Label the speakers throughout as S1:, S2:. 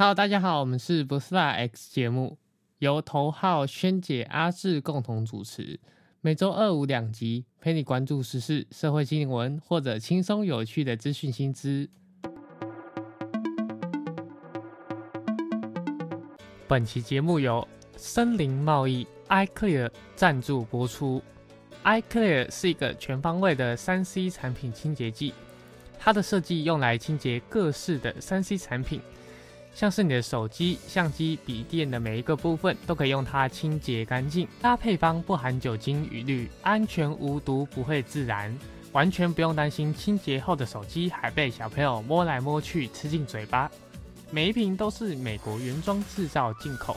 S1: Hello，大家好，我们是不是啦 X 节目，由头号轩姐阿志共同主持，每周二五两集，陪你关注时事、社会新闻或者轻松有趣的资讯新知。本期节目由森林贸易 iClear 赞助播出。iClear 是一个全方位的三 C 产品清洁剂，它的设计用来清洁各式的三 C 产品。像是你的手机、相机、笔电的每一个部分都可以用它清洁干净。它配方不含酒精与氯，安全无毒，不会自燃，完全不用担心清洁后的手机还被小朋友摸来摸去吃进嘴巴。每一瓶都是美国原装制造进口，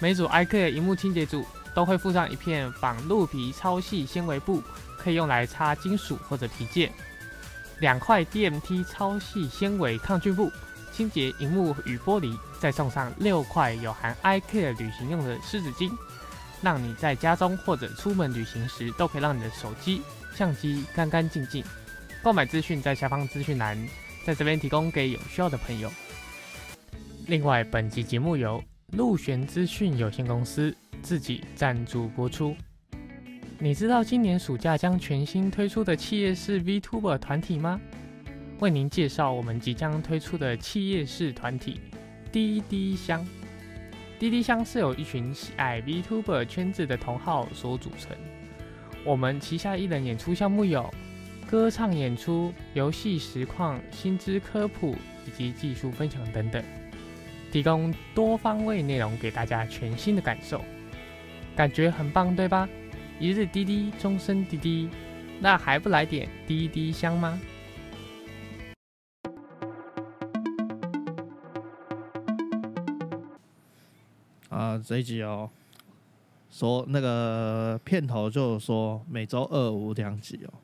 S1: 每组 iClear 荧幕清洁组都会附上一片仿鹿皮超细纤维布，可以用来擦金属或者皮件，两块 DMT 超细纤维抗菌布。清洁荧幕与玻璃，再送上六块有含 iCare 旅行用的湿纸巾，让你在家中或者出门旅行时都可以让你的手机、相机干干净净。购买资讯在下方资讯栏，在这边提供给有需要的朋友。另外，本集节目由陆璇资讯有限公司自己赞助播出。你知道今年暑假将全新推出的企业式 VTuber 团体吗？为您介绍我们即将推出的企业式团体——滴滴香。滴滴香是由一群喜爱 VTuber 圈子的同好所组成。我们旗下艺人演出项目有歌唱演出、游戏实况、新知科普以及技术分享等等，提供多方位内容给大家全新的感受。感觉很棒，对吧？一日滴滴，终身滴滴，那还不来点滴滴香吗？
S2: 啊，这一集哦，说那个片头就有说每周二五两集哦。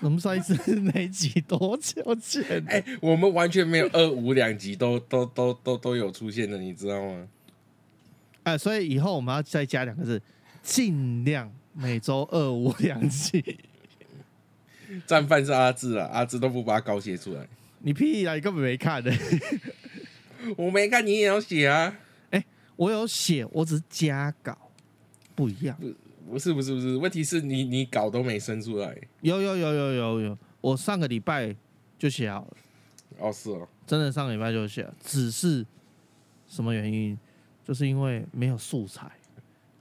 S2: 我们上一次 那一集多久前？
S3: 哎、我们完全没有二五两集都都都都都有出现的，你知道吗？
S2: 哎，所以以后我们要再加两个字，尽量每周二五两集。
S3: 战犯是阿志啊，阿志都不把他稿写出来，
S2: 你屁啦，你根本没看的、
S3: 我没看你也要写啊？
S2: 我有写，我只是加稿，不一样。
S3: 不是不是不是，问题是你你稿都没生出来。
S2: 有有有有有有，我上个礼拜就写好了，
S3: 哦，是哦，
S2: 真的上个礼拜就写了，只是什么原因？就是因为没有素材，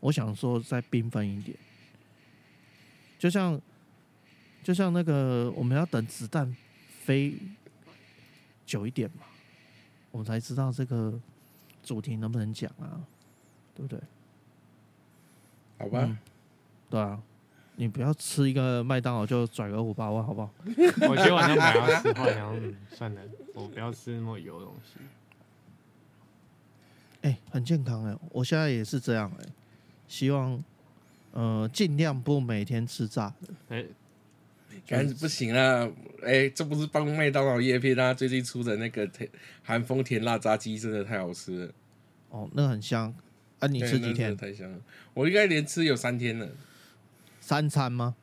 S2: 我想说再缤纷一点，就像就像那个我们要等子弹飞久一点嘛，我们才知道这个主题能不能讲啊，对不对？
S3: 好吧，
S2: 嗯对啊，你不要吃一个麦当劳就拽个五八万，好不好？
S1: 我今天晚上本来要 吃，后来想嗯算了，我不要吃那么油的东西。
S2: 哎、很健康哎、我现在也是这样哎、希望呃尽量不每天吃炸的。
S1: 哎、
S3: 感觉不行啊！哎、这不是帮麦当劳叶片啊，最近出的那个甜韩风甜辣炸鸡真的太好吃了。
S2: 哦，那很香啊！你
S3: 对
S2: 吃几
S3: 那真的
S2: 天？
S3: 太香了，我应该连吃有三天了。
S2: 三餐吗？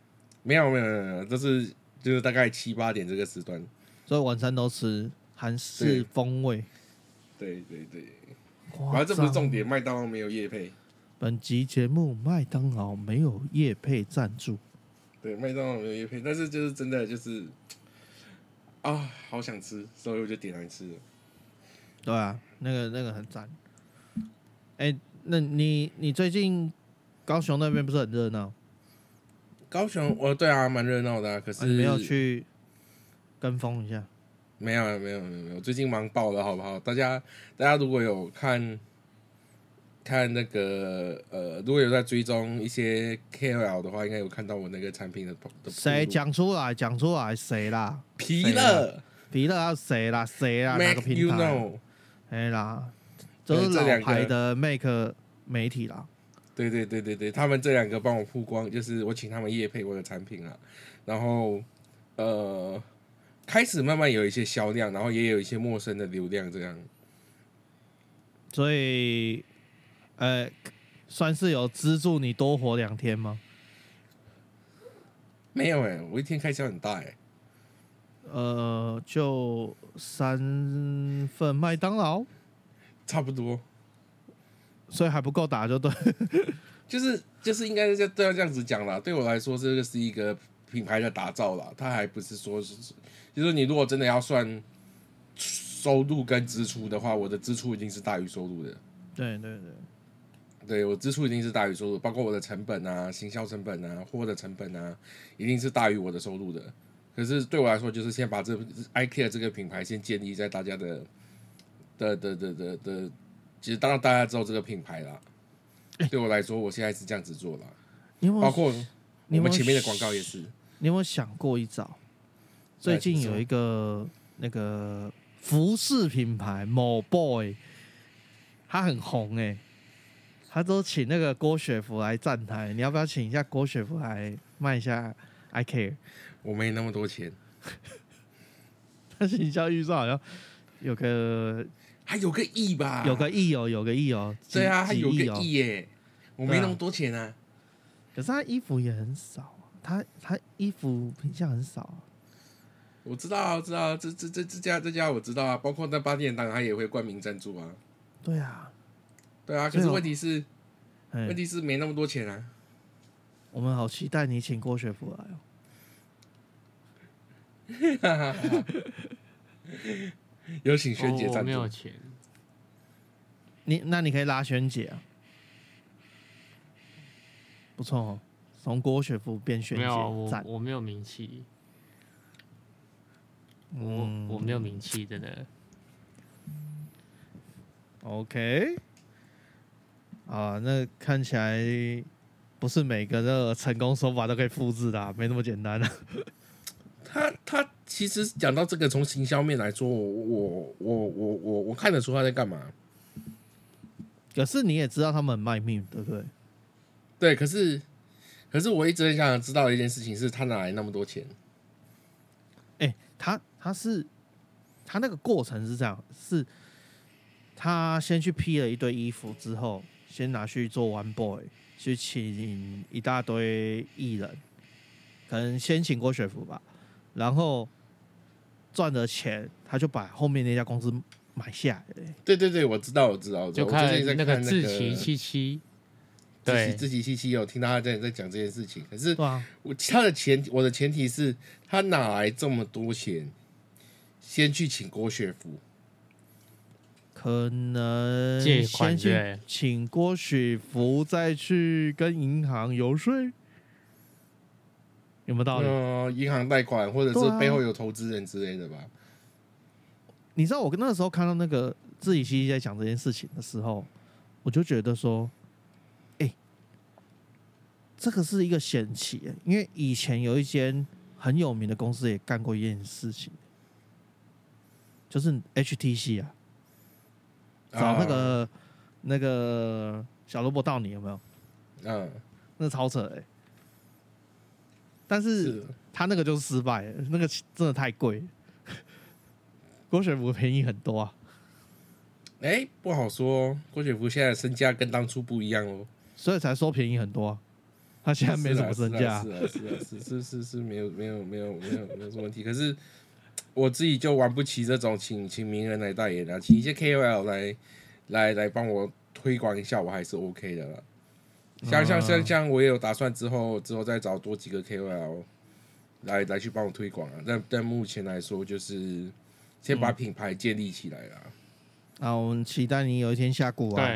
S3: 没有没有没有没有，这是就是大概七八点这个时段。
S2: 所以晚餐都吃韩式
S3: 对
S2: 风味。
S3: 对对对，
S2: 哇，
S3: 反正这不是重点，麦当劳没有叶配。
S2: 本集节目麦当劳没有业配赞助，
S3: 对，麦当劳没有夜配，但是就是真的就是啊，好想吃，所以我就点来吃了。
S2: 对啊，那个那个很赞。哎、那你你最近高雄那边不是很热闹？
S3: 高雄，哦，对啊，蛮热闹的、啊，可
S2: 啊、
S3: 是
S2: 你没有去跟风一下？
S3: 没有没有没有没有，最近忙爆了，好不好？大家大家如果有看看那个呃，如果有在追踪一些 KOL 的话，应该有看到我那个产品的的
S2: 谁
S3: 的
S2: 讲出来？讲出来谁啦？
S3: 皮了
S2: 皮乐要谁啦？谁啦？哪个
S3: ？Make
S2: 平
S3: you
S2: 台？
S3: know，
S2: 哎啦，都是
S3: 对这
S2: 老
S3: 两个
S2: 牌的 Make 媒体啦。
S3: 对对对对对，他们这两个帮我曝光，就是我请他们夜配我的产品啊，然后呃，开始慢慢有一些销量，然后也有一些陌生的流量，这样
S2: 所以，呃，算是有资助你多活两天吗？
S3: 没有哎、我一天开销很大哎、
S2: 呃，就三份麦当劳，
S3: 差不多，
S2: 所以还不够打就对。
S3: 就是就是应该是这都要这样子讲啦。对我来说，这个是一个品牌的打造啦，它还不是说是，就是你如果真的要算收入跟支出的话，我的支出一定是大于收入的。
S2: 对对对，
S3: 对我支出一定是大于收入，包括我的成本啊、行销成本啊、货的成本啊，一定是大于我的收入的。可是对我来说，就是先把这 IKEA 这个品牌先建立在大家的的的的的的，其实当然大家知道这个品牌啦。对我来说，我现在是这样子做啦，
S2: 哎你有没有
S3: 包括
S2: 你有
S3: 我
S2: 没
S3: 们
S2: 有
S3: 前面的广告也是。啊
S2: 你有没有想过一招？最近有一个那个服饰品牌某 boy，他很红哎、他都请那个郭雪芙来站台，你要不要请一下郭雪芙来卖一下 I care？
S3: 我没那么多钱，
S2: 但是你像预算好像有个
S3: 还有个亿吧？
S2: 有个亿哦，有个亿哦，几
S3: 对啊，还
S2: 几
S3: 有
S2: 亿
S3: 个
S2: 哦。
S3: 亿耶！我没那么多钱啊，
S2: 可是他衣服也很少啊，他他衣服品相很少啊、
S3: 我知道啊，我知道啊，这这这这家这家我知道啊，包括那八点档他也会冠名赞助啊，
S2: 对啊，
S3: 对啊。可
S2: 对
S3: 是
S2: 哦
S3: 问题是，
S4: 嗯
S2: 哎
S3: 问，题是没那么多钱啊。
S2: 我们好期待你请郭雪芙来哦。
S3: 有请轩姐
S4: 哦我我
S3: 赞
S4: 没有
S3: 助，
S4: 钱，
S2: 你那你可以拉轩姐啊，不错哦，从郭雪芙变轩
S4: 没
S2: 姐
S4: 有啊我
S2: 赞。
S4: 我没有名气，我
S2: 嗯
S4: 我没有名气，真的。
S2: OK，啊，那看起来不是每个的成功手法都可以复制的啊、没那么简单啊。
S3: 他他其实讲到这个，从行销面来说，我我我我我我看得出他在干嘛。
S2: 可是你也知道他们很卖命，对不对？
S3: 对，可是可是我一直很想知道的一件事情是，他哪来那么多钱？
S2: 哎、他他是他那个过程是这样，是他先去批了一堆衣服之后，先拿去做 One Boy，去请一大堆艺人，可能先请郭雪芙吧，然后赚了钱，他就把后面那家公司买下来、
S3: 对对对，我知道，我知道，我知道
S4: 就
S3: 我最近在
S4: 那
S3: 看
S4: 自欺欺欺，
S3: 自己
S4: 对
S3: 自己细细有听到他在在讲这件事情，可是
S2: 对啊，
S3: 我他的前我的前提是他哪来这么多钱？先去请郭雪芙，
S2: 可能
S4: 借
S2: 先
S4: 款对
S2: 去请郭雪芙，再去跟银行游说，有没有道理？
S3: 呃，银行贷款或者
S2: 对
S3: 是
S2: 啊
S3: 背后有投资人之类的吧。
S2: 你知道我那时候看到那个自己西西在讲这件事情的时候，我就觉得说，哎、这个是一个险棋耶，因为以前有一间很有名的公司也干过一件事情，就是 HTC 啊，找那
S3: 啊
S2: 个、那个小萝卜到你有没有？
S3: 嗯，
S2: 那超扯哎、但是
S3: 是
S2: 他那个就是失败了，那个真的太贵了， 郭雪芙便宜很多啊。
S3: 哎、不好说、哦。郭雪芙现在的身价跟当初不一样哦，
S2: 所以才说便宜很多啊、他现在没什么身价
S3: 是，啊，是啊，是啊是是是是没有没有没有没有没有什么问题。可是我自己就玩不起这种请请名人来代言啊，请一些 KOL 来来来帮我推广一下，我还是 OK 的啦。像像
S2: 啊
S3: 像像我也有打算之后之后再找多几个 KOL 来来去帮我推广啊。但但目前来说，就是先
S2: 嗯
S3: 把品牌建立起来啦。
S2: 啊，我们期待你有一天下蛊啊。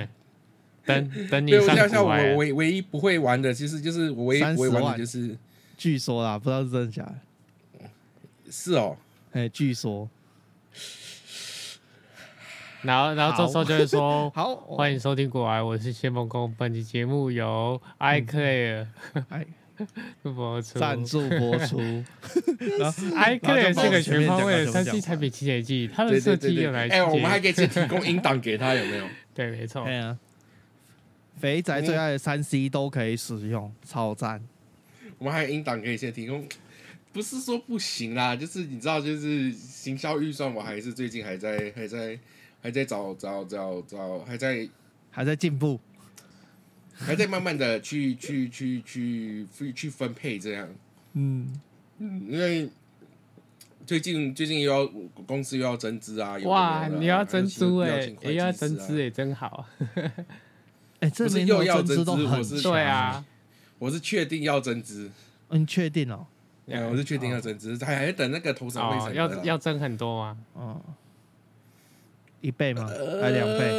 S4: 对，等等你
S3: 对，我
S4: 上
S3: 像像
S4: 古玩
S3: 我唯唯一不会玩的，其实就是我唯一不会玩的就是
S2: 据说啦，不知道是真的假的。
S3: 是哦。
S2: 哎、据说。
S4: 然后然后这时候就会说
S2: 好，
S4: 欢迎收听古玩，我是谢梦工。本期节目由
S3: 嗯
S4: iClear
S2: 哎，
S4: 播出。
S2: 赞助播出。
S4: iClear 是个全方
S2: 然后就把
S4: 位的
S2: 我前面讲
S4: 三 C 产品清洁剂，它的
S3: 对
S4: 设
S3: 对
S4: 计
S3: 对
S4: 用
S3: 对，
S4: 来
S3: 哎、
S4: 清
S3: 我
S4: 洁。
S3: 们还可以去提供音档给他，有没 有？
S4: 对，没错
S2: 哎。呀、肥宅最爱的三 C 都可以使用，超赞。
S3: 我们还有音档可以先提供，不是说不行啦，就是你知道，就是行销预算，我还是最近还在还在还在找找找找，还在
S2: 还在进步，
S3: 还在慢慢的去去去去去去分配这样，
S2: 嗯，
S3: 嗯，因为最近最近又要公司又要增资啊，有的没
S4: 哇，
S3: 有的啊
S4: 你要增资
S3: 还有
S4: 哎、
S3: 请
S4: 也
S3: 会计师啊
S4: 要增资哎、真好。
S2: 哎，这
S3: 不是
S2: 边
S3: 又
S2: 的
S3: 要
S2: 增
S3: 增
S2: 都
S3: 资
S2: 很
S3: 我是
S2: 强
S4: 对啊，
S3: 我是确定要增资，
S2: 嗯，你确定哦？
S3: 对我是确定要增资，还还等那个投审会
S4: 哦
S3: 审，
S4: 要
S3: 的啦
S4: 要增很多啊吗？
S2: 嗯，一倍吗？还两倍？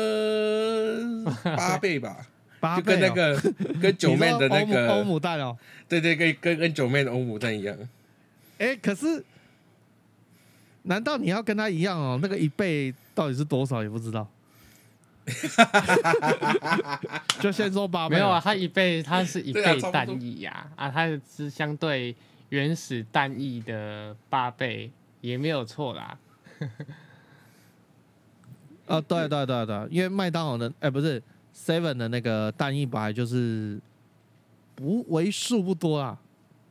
S3: 呃，八倍吧，
S2: 八
S3: 就
S2: 倍
S3: 跟
S2: 哦？
S3: 那个 跟九妹的那
S2: 你说欧姆欧
S3: 个，
S2: 姆蛋哦。
S3: 对对，跟跟跟九妹的欧姆蛋一样，
S2: 哎，可是，难道你要跟他一样哦？那个一倍到底是多少也不知道。 就先说八倍，
S4: 没有啊，，它一倍它是一
S3: 对啊
S4: 倍
S3: 差不多
S4: 蛋液呀、啊，它是相对原始蛋液的八倍，也没有错啦。
S2: 啊，对对对对，因为麦当劳的，哎、不是 Seven 的那个蛋一百就是不为数不多啊，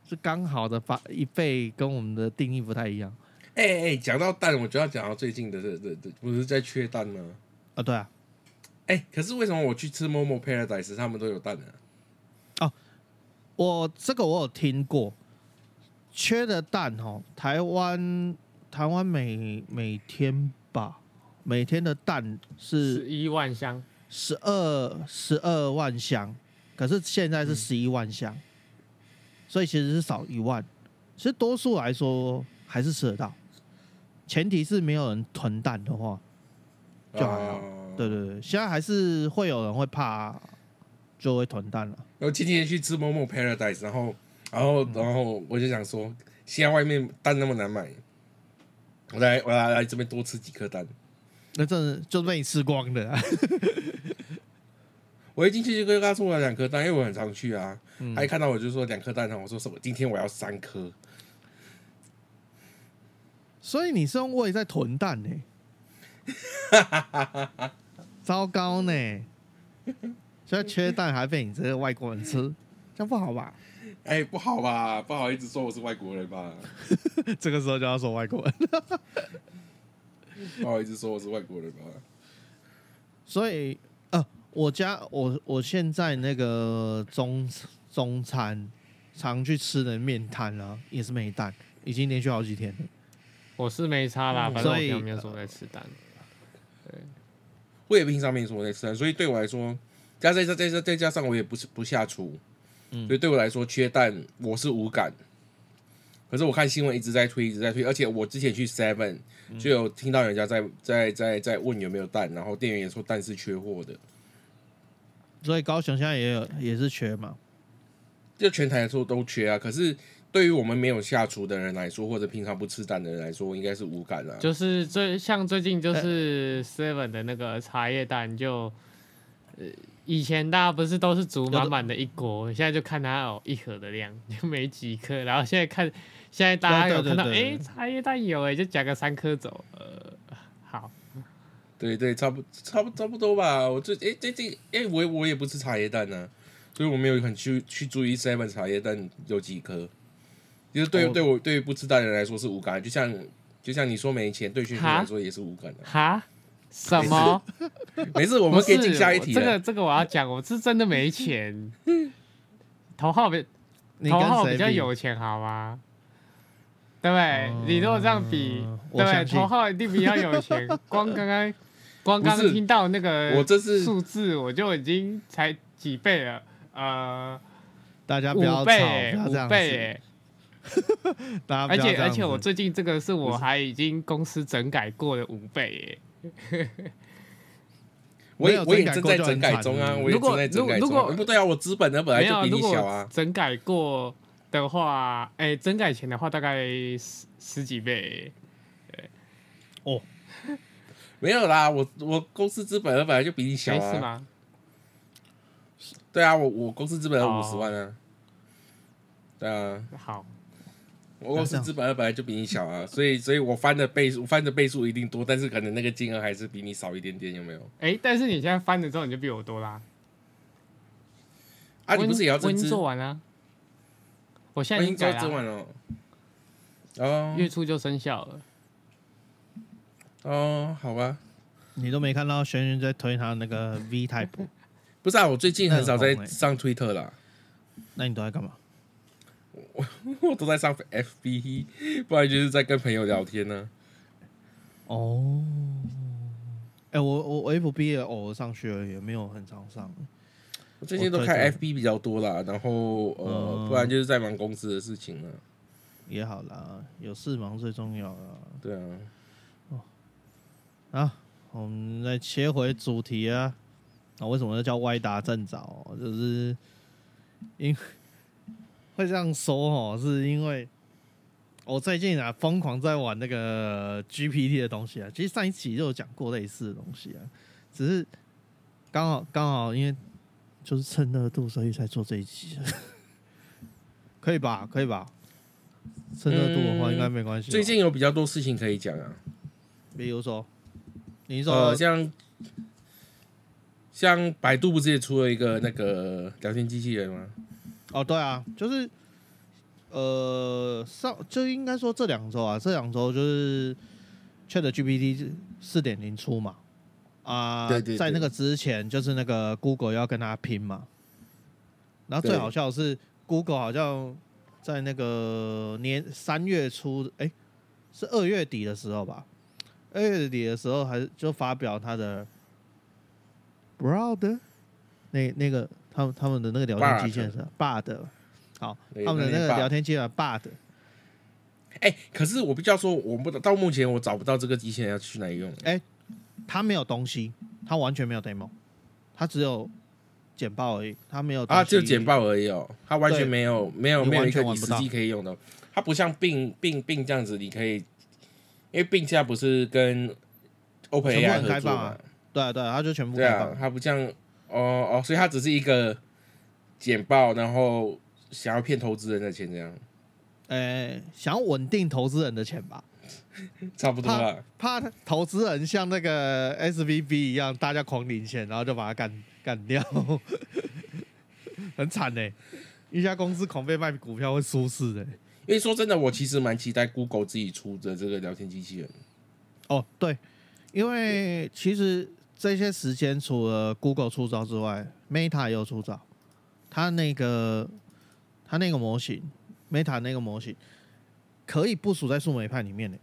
S2: 是刚好的把一倍，跟我们的定义不太一样
S3: 哎哎，讲到蛋，我就要讲到最近的这这这，不是在缺蛋吗？
S2: 啊。对啊，
S3: 哎，可是为什么我去吃 Momo Paradise 他们都有蛋啊？
S2: 我这个我有听过，缺的蛋哦，台湾台湾每每天吧，每天的蛋是
S4: 十一万箱，
S2: 十二十二万箱，可是现在是十一万箱，所以其实是少一万。其实多数来说还是吃得到，前提是没有人囤蛋的话。就还好
S3: 哦
S2: 对对对，现在还是会有人会怕，就会囤蛋了。
S3: 然后前几天去吃 Momo Paradise，然后，然后，
S2: 嗯
S3: 然后我就想说，现在外面蛋那么难买，我来，我来来这边多吃几颗蛋。
S2: 那真的就被你吃光的、啊。
S3: 我一进去就跟他说我要两颗蛋，因为我很常去啊。他一看到我就说两颗蛋，然后我说什么？今天我要三颗。
S2: 所以你是用胃在囤蛋呢、 糟糕呢、现在缺蛋还被你这个外国人吃，这样不好吧？
S3: 哎，不好吧？不好意思说我是外国人吧？
S2: 这个时候就要说外国人。
S3: 不好意思说我是外国人吧？
S2: 所以呃，我家我我现在那个中中餐常去吃的面摊啊，也是没蛋，已经连续好几天了。
S4: 我是没差啦，
S3: 嗯
S4: 反正我
S2: 所以
S4: 平常没有什么在吃蛋。
S3: 我也平常没什么在吃蛋，所以对我来说，加再加再加再加上我也不是不下厨，所以对我来说缺蛋我是无感。可是我看新闻一直在推，一直在推，而且我之前去 Seven 就有听到人家在在在在问有没有蛋，然后店员也说蛋是缺货的，
S2: 所以高雄现在也有也是缺嘛，
S3: 就全台说都缺啊。可是对于我们没有下厨的人来说，或者平常不吃蛋的人来说，应该是无感啊。
S4: 就是最像最近就是 Seven 的那个茶叶蛋就，呃，以前大家不是都是煮满满的一锅，现在就看它有一盒的量，就没几颗。然后现在看，现在大家
S2: 对
S4: 有
S2: 对
S4: 看到，
S2: 对对
S4: 哎，茶叶蛋有哎，就夹个三颗走。呃，好，
S3: 对对，差不差不差不多吧。我最诶最近诶，我我也不吃茶叶蛋呢、所以我没有很去去注意 seven 茶叶蛋有几颗。就是对、
S2: 哦
S3: 对我对于不吃蛋的人来说是无感，就像就像你说没钱，对学生来说也是无感的、
S4: 哈，什么？
S3: 没事，我
S4: 不
S3: 们可
S4: 是
S3: 以进下一题
S4: 我这
S3: 了
S4: 个。这个我要讲，我是真的 没钱。头号比
S2: 你
S4: 头
S2: 跟
S4: 号
S2: 谁
S4: 比较
S2: 比？嗯
S4: 有钱，好吗？对不对？你如果这样比，
S2: 我
S4: 对不对？
S2: 相信
S4: 头号一定比较 有钱。光刚刚，光刚
S3: 不是
S4: 听到那个
S3: 我这是
S4: 数字，我就已经才几倍了，呃，
S2: 大家不要吵，
S4: 五倍
S2: 不
S4: 耶，
S2: 要这样
S4: 五
S2: 子，
S4: 倍耶。
S2: 大家
S4: 而
S2: 不要
S4: 且
S2: 这
S4: 而
S2: 样
S4: 且我
S2: 子
S4: 最近这个是我还已经公司整改过的五倍耶。
S3: 我
S2: 没
S3: 也
S2: 有
S3: 我也
S2: 整改过
S3: 正在
S2: 就很
S3: 整改
S2: 惨
S3: 中啊，
S2: 嗯
S3: 我也
S4: 如果
S3: 正在整改
S4: 如
S3: 中、
S4: 果
S3: 啊。不对啊，我资本呢本来
S4: 没
S3: 就
S4: 有，
S3: 比
S4: 如
S3: 你小
S4: 果
S3: 啊。
S4: 整改过的话，哎，整改前的话大概十十几倍耶。
S3: 没有啦，我我公司资本额本来就比你小
S4: 没事
S3: 啊。
S4: 吗？
S3: 对啊，我我公司资本额
S4: 哦
S3: 五十万啊。对啊。
S4: 好，
S3: 我公司资本额本来就比你小 啊，所以所以我翻的倍数翻的倍数一定多，但是可能那个金额还是比你少一点点，有没有？
S4: 哎，但是你现在翻了之后，你就比我多啦。
S3: 啊，你不是也要
S4: 温
S3: 增
S4: 温
S3: 资？
S4: 做完啊？我现
S3: 我
S4: 在已
S3: 已
S4: 经
S3: 经
S4: 改
S3: 做增
S4: 了啊，
S3: 完了。哦
S4: 月初就生效了。
S3: 哦，好吧，
S2: 你都没看到轩轩在推他那个 V Type，
S3: 不是啊，我最近很少在
S2: 那很红欸
S3: 上推特啦，
S2: 那你都在干嘛？
S3: 我都在上 FB，不 然就是在跟朋友聊天呢、
S2: 哦，哎、我我我 FB 也偶尔上去而已，也没有很常上。
S3: 我最近都
S2: 我哦对
S3: 看
S2: 对
S3: FB 比较多啦，然后呃，
S2: 嗯
S3: 不然就是在忙公司的事情了。
S2: 也好啦，有事忙最重要啦。
S3: 对啊，
S2: 啊，我们再切回主题啊。那、为什么叫歪打正着哦？就是因会这样说哦，是因为我最近啊疯狂在玩那个 GPT 的东西啊。其实上一期就有讲过类似的东西啊，只是刚好刚好因为就是趁热度，所以才做这一期啊。 可以吧？可以吧？趁热度的话，
S3: 嗯
S2: 应该没关系吧、
S3: 最近有比较多事情可以讲
S2: 呃
S3: 啊，
S2: 比如说，你说、
S3: 呃，像像百度不是也出了一个那个聊天机器人吗？
S2: 哦，对啊，就是呃上就应该说这两周啊，这两周就是 Chat GPT 四点零出嘛，啊、
S3: 对对对
S2: 在那个之前就是那个 Google 要跟它拼嘛，然后最
S3: 对
S2: 好笑的是 Google 好像在那个年三月初，哎、是二月底的时候吧，二月底的时候还就发表它的 Brother 那那个他们他们的那个聊天机器人是 Bud，好，
S3: 对
S2: 他们的那
S3: 那
S2: 个
S3: 个 Bud
S2: 聊天机器人 Bud，
S3: 哎、可是我必须要说，我不到目前我找不到这个机器人要去哪里用。
S2: 哎它没有东西，它完全没有 demo，它只有简报而已，它没有
S3: 啊，
S2: 东西
S3: 就简，报而已哦，它完
S2: 对
S3: 全没有没有
S2: 你
S3: 没有
S2: 完
S3: 一个
S2: 全玩
S3: 你
S2: 不
S3: 实
S2: 到
S3: 际可以用的，它不像病病病这样子，你可以，因为病现在不是跟 Open
S2: 全部
S3: AI
S2: 很
S3: 合
S2: 开
S3: 作
S2: 放
S3: 嘛
S2: 啊，对啊对啊，它就全部
S3: 对
S2: 开
S3: 啊
S2: 放，，
S3: 它不像哦哦，所以它只是一个简报，然后想要骗投资人的钱这样，
S2: 哎，想要稳定投资人的钱吧，
S3: 差不多啦。
S2: 怕投资人像那个 S V B 一样，大家狂领钱，然后就把它干干掉， 很惨呢、欸一家公司狂被卖股票会欸出事的、
S3: 因为说真的，我其实蛮期待 Google 自己出的这个聊天机器人。
S2: 哦，对，因为其实这些时间除了 Google 出招之外，Meta 也有出招。它那个它那个模型，Meta 那个模型可以部署在树莓派里面的、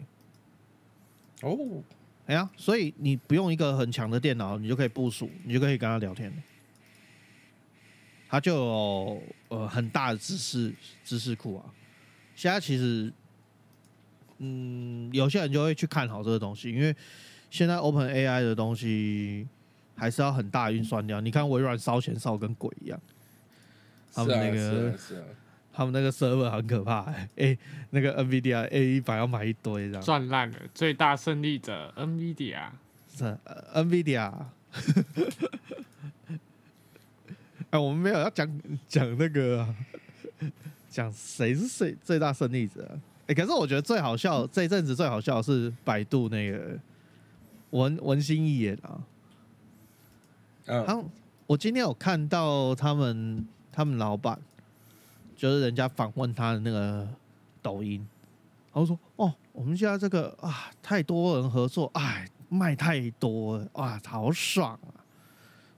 S2: 欸
S3: 哦，
S2: 哎呀，所以你不用一个很强的电脑，你就可以部署，你就可以跟他聊天了。他就有呃很大的知识知识库啊。现在其实，嗯，有些人就会去看好这个东西，因为现在 Open AI 的东西还是要很大的运算量。你看微软烧钱烧跟鬼一样，他
S3: 是
S2: 们那
S3: 啊，
S2: 个
S3: 是啊，是啊。
S2: 他们那个 server 很可怕、欸，哎、那个 NVIDIA A 一百要买一堆
S3: 啊
S2: 这样。
S4: 赚烂了，最大胜利者 NVIDIA。
S2: 是呃 NVIDIA。哎，我们没有要讲讲那个啊、讲谁是最最大胜利者啊、哎、可是我觉得最好笑这一阵子最好笑的是百度那个文文心一言啊，
S3: 嗯，
S2: 他我今天有看到他们他们老板，就是人家访问他的那个抖音，然后说哦，我们现在这个啊，太多人合作，哎，卖太多了，哇，好爽啊！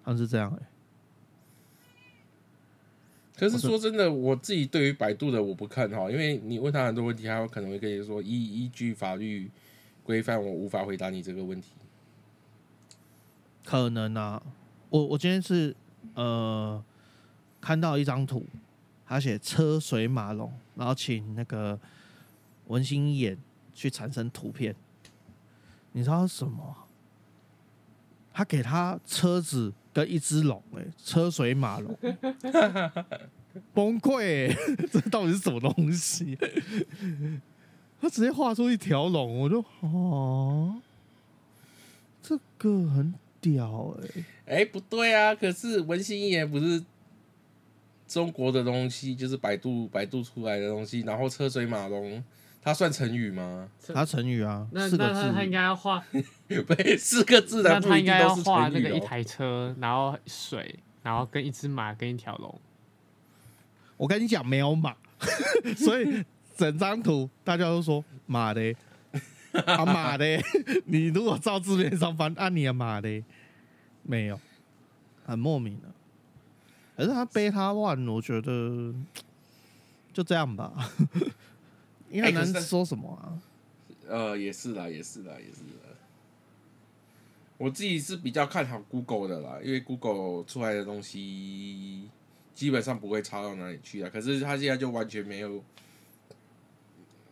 S2: 他们是这样、欸，
S3: 可是说真的，我自己对于百度的我不看哈，因为你问他很多问题，他有可能会跟你说依依据法律规范，我无法回答你这个问题。
S2: 可能啊，我我今天是呃看到一张图，他写车水马龙，然后请那个文心一言去产生图片，你知道是什么啊？他给他车子跟一只龙，哎，车水马龙，崩溃、欸， 这到底是什么东西？ 他直接画出一条龙，我就哦，这个很屌哎、
S3: 哎、不对啊，可是文心一言不是中国的东西，就是百度百度出来的东西，然后车水马龙，它算成语吗？
S2: 它成语啊，
S4: 那
S2: 四
S4: 那
S2: 个
S4: 他他应
S2: 字。
S4: 该 要画，
S3: 不对，四个字
S4: 那
S3: 然不
S4: 他
S3: 一
S4: 应
S3: 定
S4: 该要
S3: 都是
S4: 画
S3: 成
S4: 那个
S3: 语
S4: 一
S3: 哦。
S4: 台车，然后水，然后跟一只马，跟一条龙。
S2: 我跟你讲，没有马， 所以整张图大家都说马的，啊马的，你如果照字面上翻，按、你的马的，没有，很莫名的。可是他背他 one，我觉得就这样吧， 也很难说什么
S4: 哎
S2: 啊。
S3: 呃，也是啦，也是啦，也是啦。我自己是比较看好 Google 的啦，因为 Google 出来的东西基本上不会差到哪里去啊。可是它现在就完全没有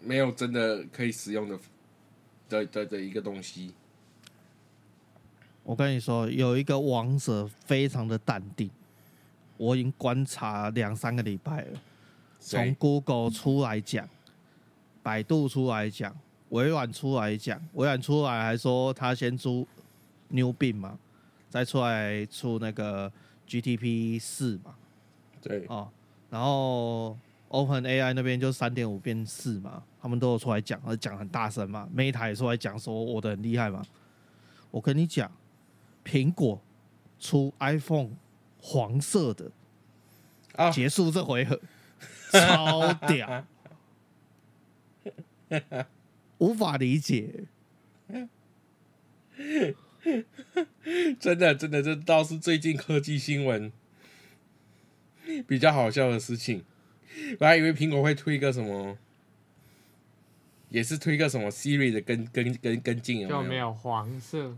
S3: 没有真的可以使用的的的的一个东西。
S2: 我跟你说，有一个王者非常的淡定，我已经观察两三个礼拜了。从
S3: 谁
S2: Google 出来讲，百度出来讲，微软出来讲，微软出来还说他先出 New Bing 嘛，再出来出那个 GTP 四嘛，
S3: 对
S2: 哦，然后 Open AI 那边就三点五变四嘛，他们都有出来讲，而且讲很大声嘛，Meta 也出来讲说我的很厉害嘛。我跟你讲，苹果出 iPhone 黄色的，
S3: 啊，
S2: 结束这回 合，超屌，无法理解。
S3: 真的真的，这倒是最近科技新闻比较好笑的事情。本来以为苹果会推一个什么，也是推一个什么 Siri 的跟跟跟跟进，有
S4: 就
S3: 没
S4: 没有黄色，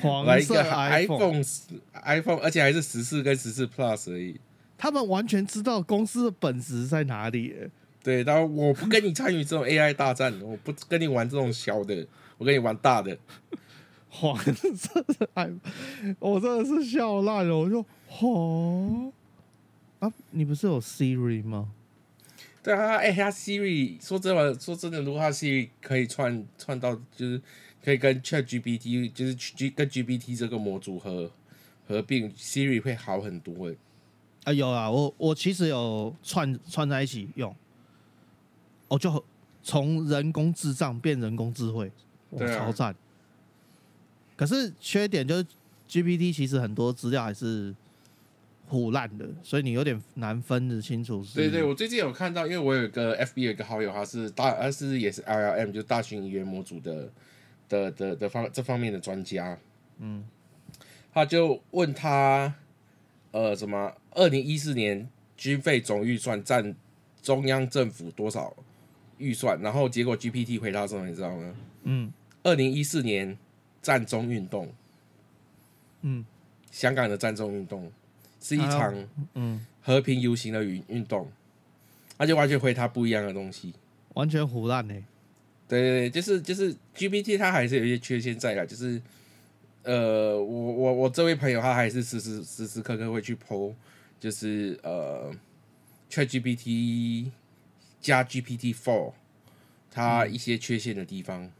S2: 黄
S3: 来一
S2: 色
S3: 个
S2: iPhone，
S3: iPhone iPhone，而且还是十四跟十四 Plus 而已。
S2: 他们完全知道公司的本质在哪里了。
S3: 对，然后我不跟你参与这种 AI 大战，我不跟你玩这种小的，我跟你玩大的。
S2: 黄色的 iPhone，我真的是笑烂了。我就哦啊，你不是有 Siri 吗？
S3: 对啊，哎、他 Siri 说真的，说真的，如果他 Siri 可以串串到，就是可以跟 Chat GPT，就是 G 跟 GPT 这个模组合合并，Siri 会好很多欸诶。
S2: 啊，有啊，我我其实有串串在一起用，哦，就从人工智障变人工智慧，我
S3: 对啊
S2: 超赞。可是缺点就是 GPT 其实很多资料还是腐烂的，所以你有点难分得清楚是。
S3: 对对，我最近有看到，因为我有一个 FB 有一个好友，他是大，他是也是 LLM，就是大型语言模组的的的的方这方面的专家。嗯，他就问他，呃，什么？二零一四年军费总预算占中央政府多少预算？然后结果 GPT 回答什么？你知道吗？
S2: 嗯，
S3: 二零一四年战中运动，
S2: 嗯，
S3: 香港的战中运动是一
S2: 哎呦
S3: 场
S2: 嗯，
S3: 和平游行的运运动，他就完全回答不一样的东西。
S2: 完全腐烂欸呢、
S3: 对对对，就是就是 GPT 它还是有一些缺陷在啦，就是呃，我我我这位朋友他还是时时时时刻刻会去剖，就是呃，ChatGPT 加 GPT Four 它一些缺陷的地方。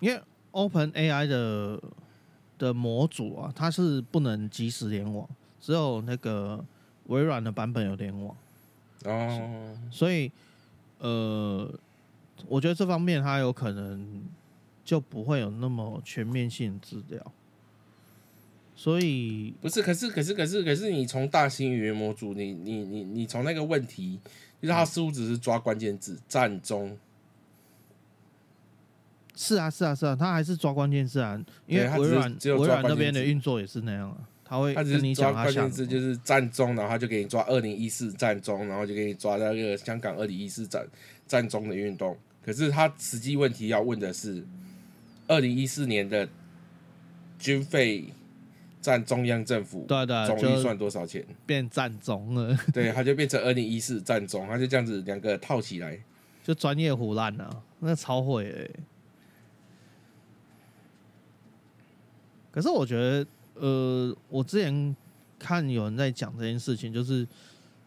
S2: 因为 Open AI 的的模组啊，它是不能即时联网，只有那个微软的版本有联网。
S3: 哦，
S2: 所以呃，我觉得这方面它有可能就不会有那么全面性的治疗。所以
S3: 不是，可是可是可是可是你从大型语言模组，你你你你从那个问题，就是它似乎只是抓关键字战中，
S2: 是啊，是啊，是啊，它还是抓关键字啊，因
S3: 对
S2: 为
S3: 它
S2: 微
S3: 只是
S2: 软
S3: 只有抓
S2: 微软那
S3: 关键
S2: 边的
S3: 字
S2: 运作也是那样啊，它会
S3: 他只
S2: 跟
S3: 是
S2: 你
S3: 抓
S2: 讲它
S3: 关
S2: 想
S3: 键
S2: 什
S3: 字
S2: 么。
S3: 就是战中，然后他就给你抓二零一四战中，然后就给你抓那个香港二零一四战战中的运动。可是他实际问题要问的是二零一四年的军费占中央政府
S2: 对啊对啊，
S3: 总预
S2: 就
S3: 算多 少钱？
S2: 变战中了，
S3: 对，他就变成二零一四战中，他就这样子两个套起来。
S2: 就专业胡烂啊，那超会的欸。可是我觉得，呃，我之前看有人在讲这件事情，就是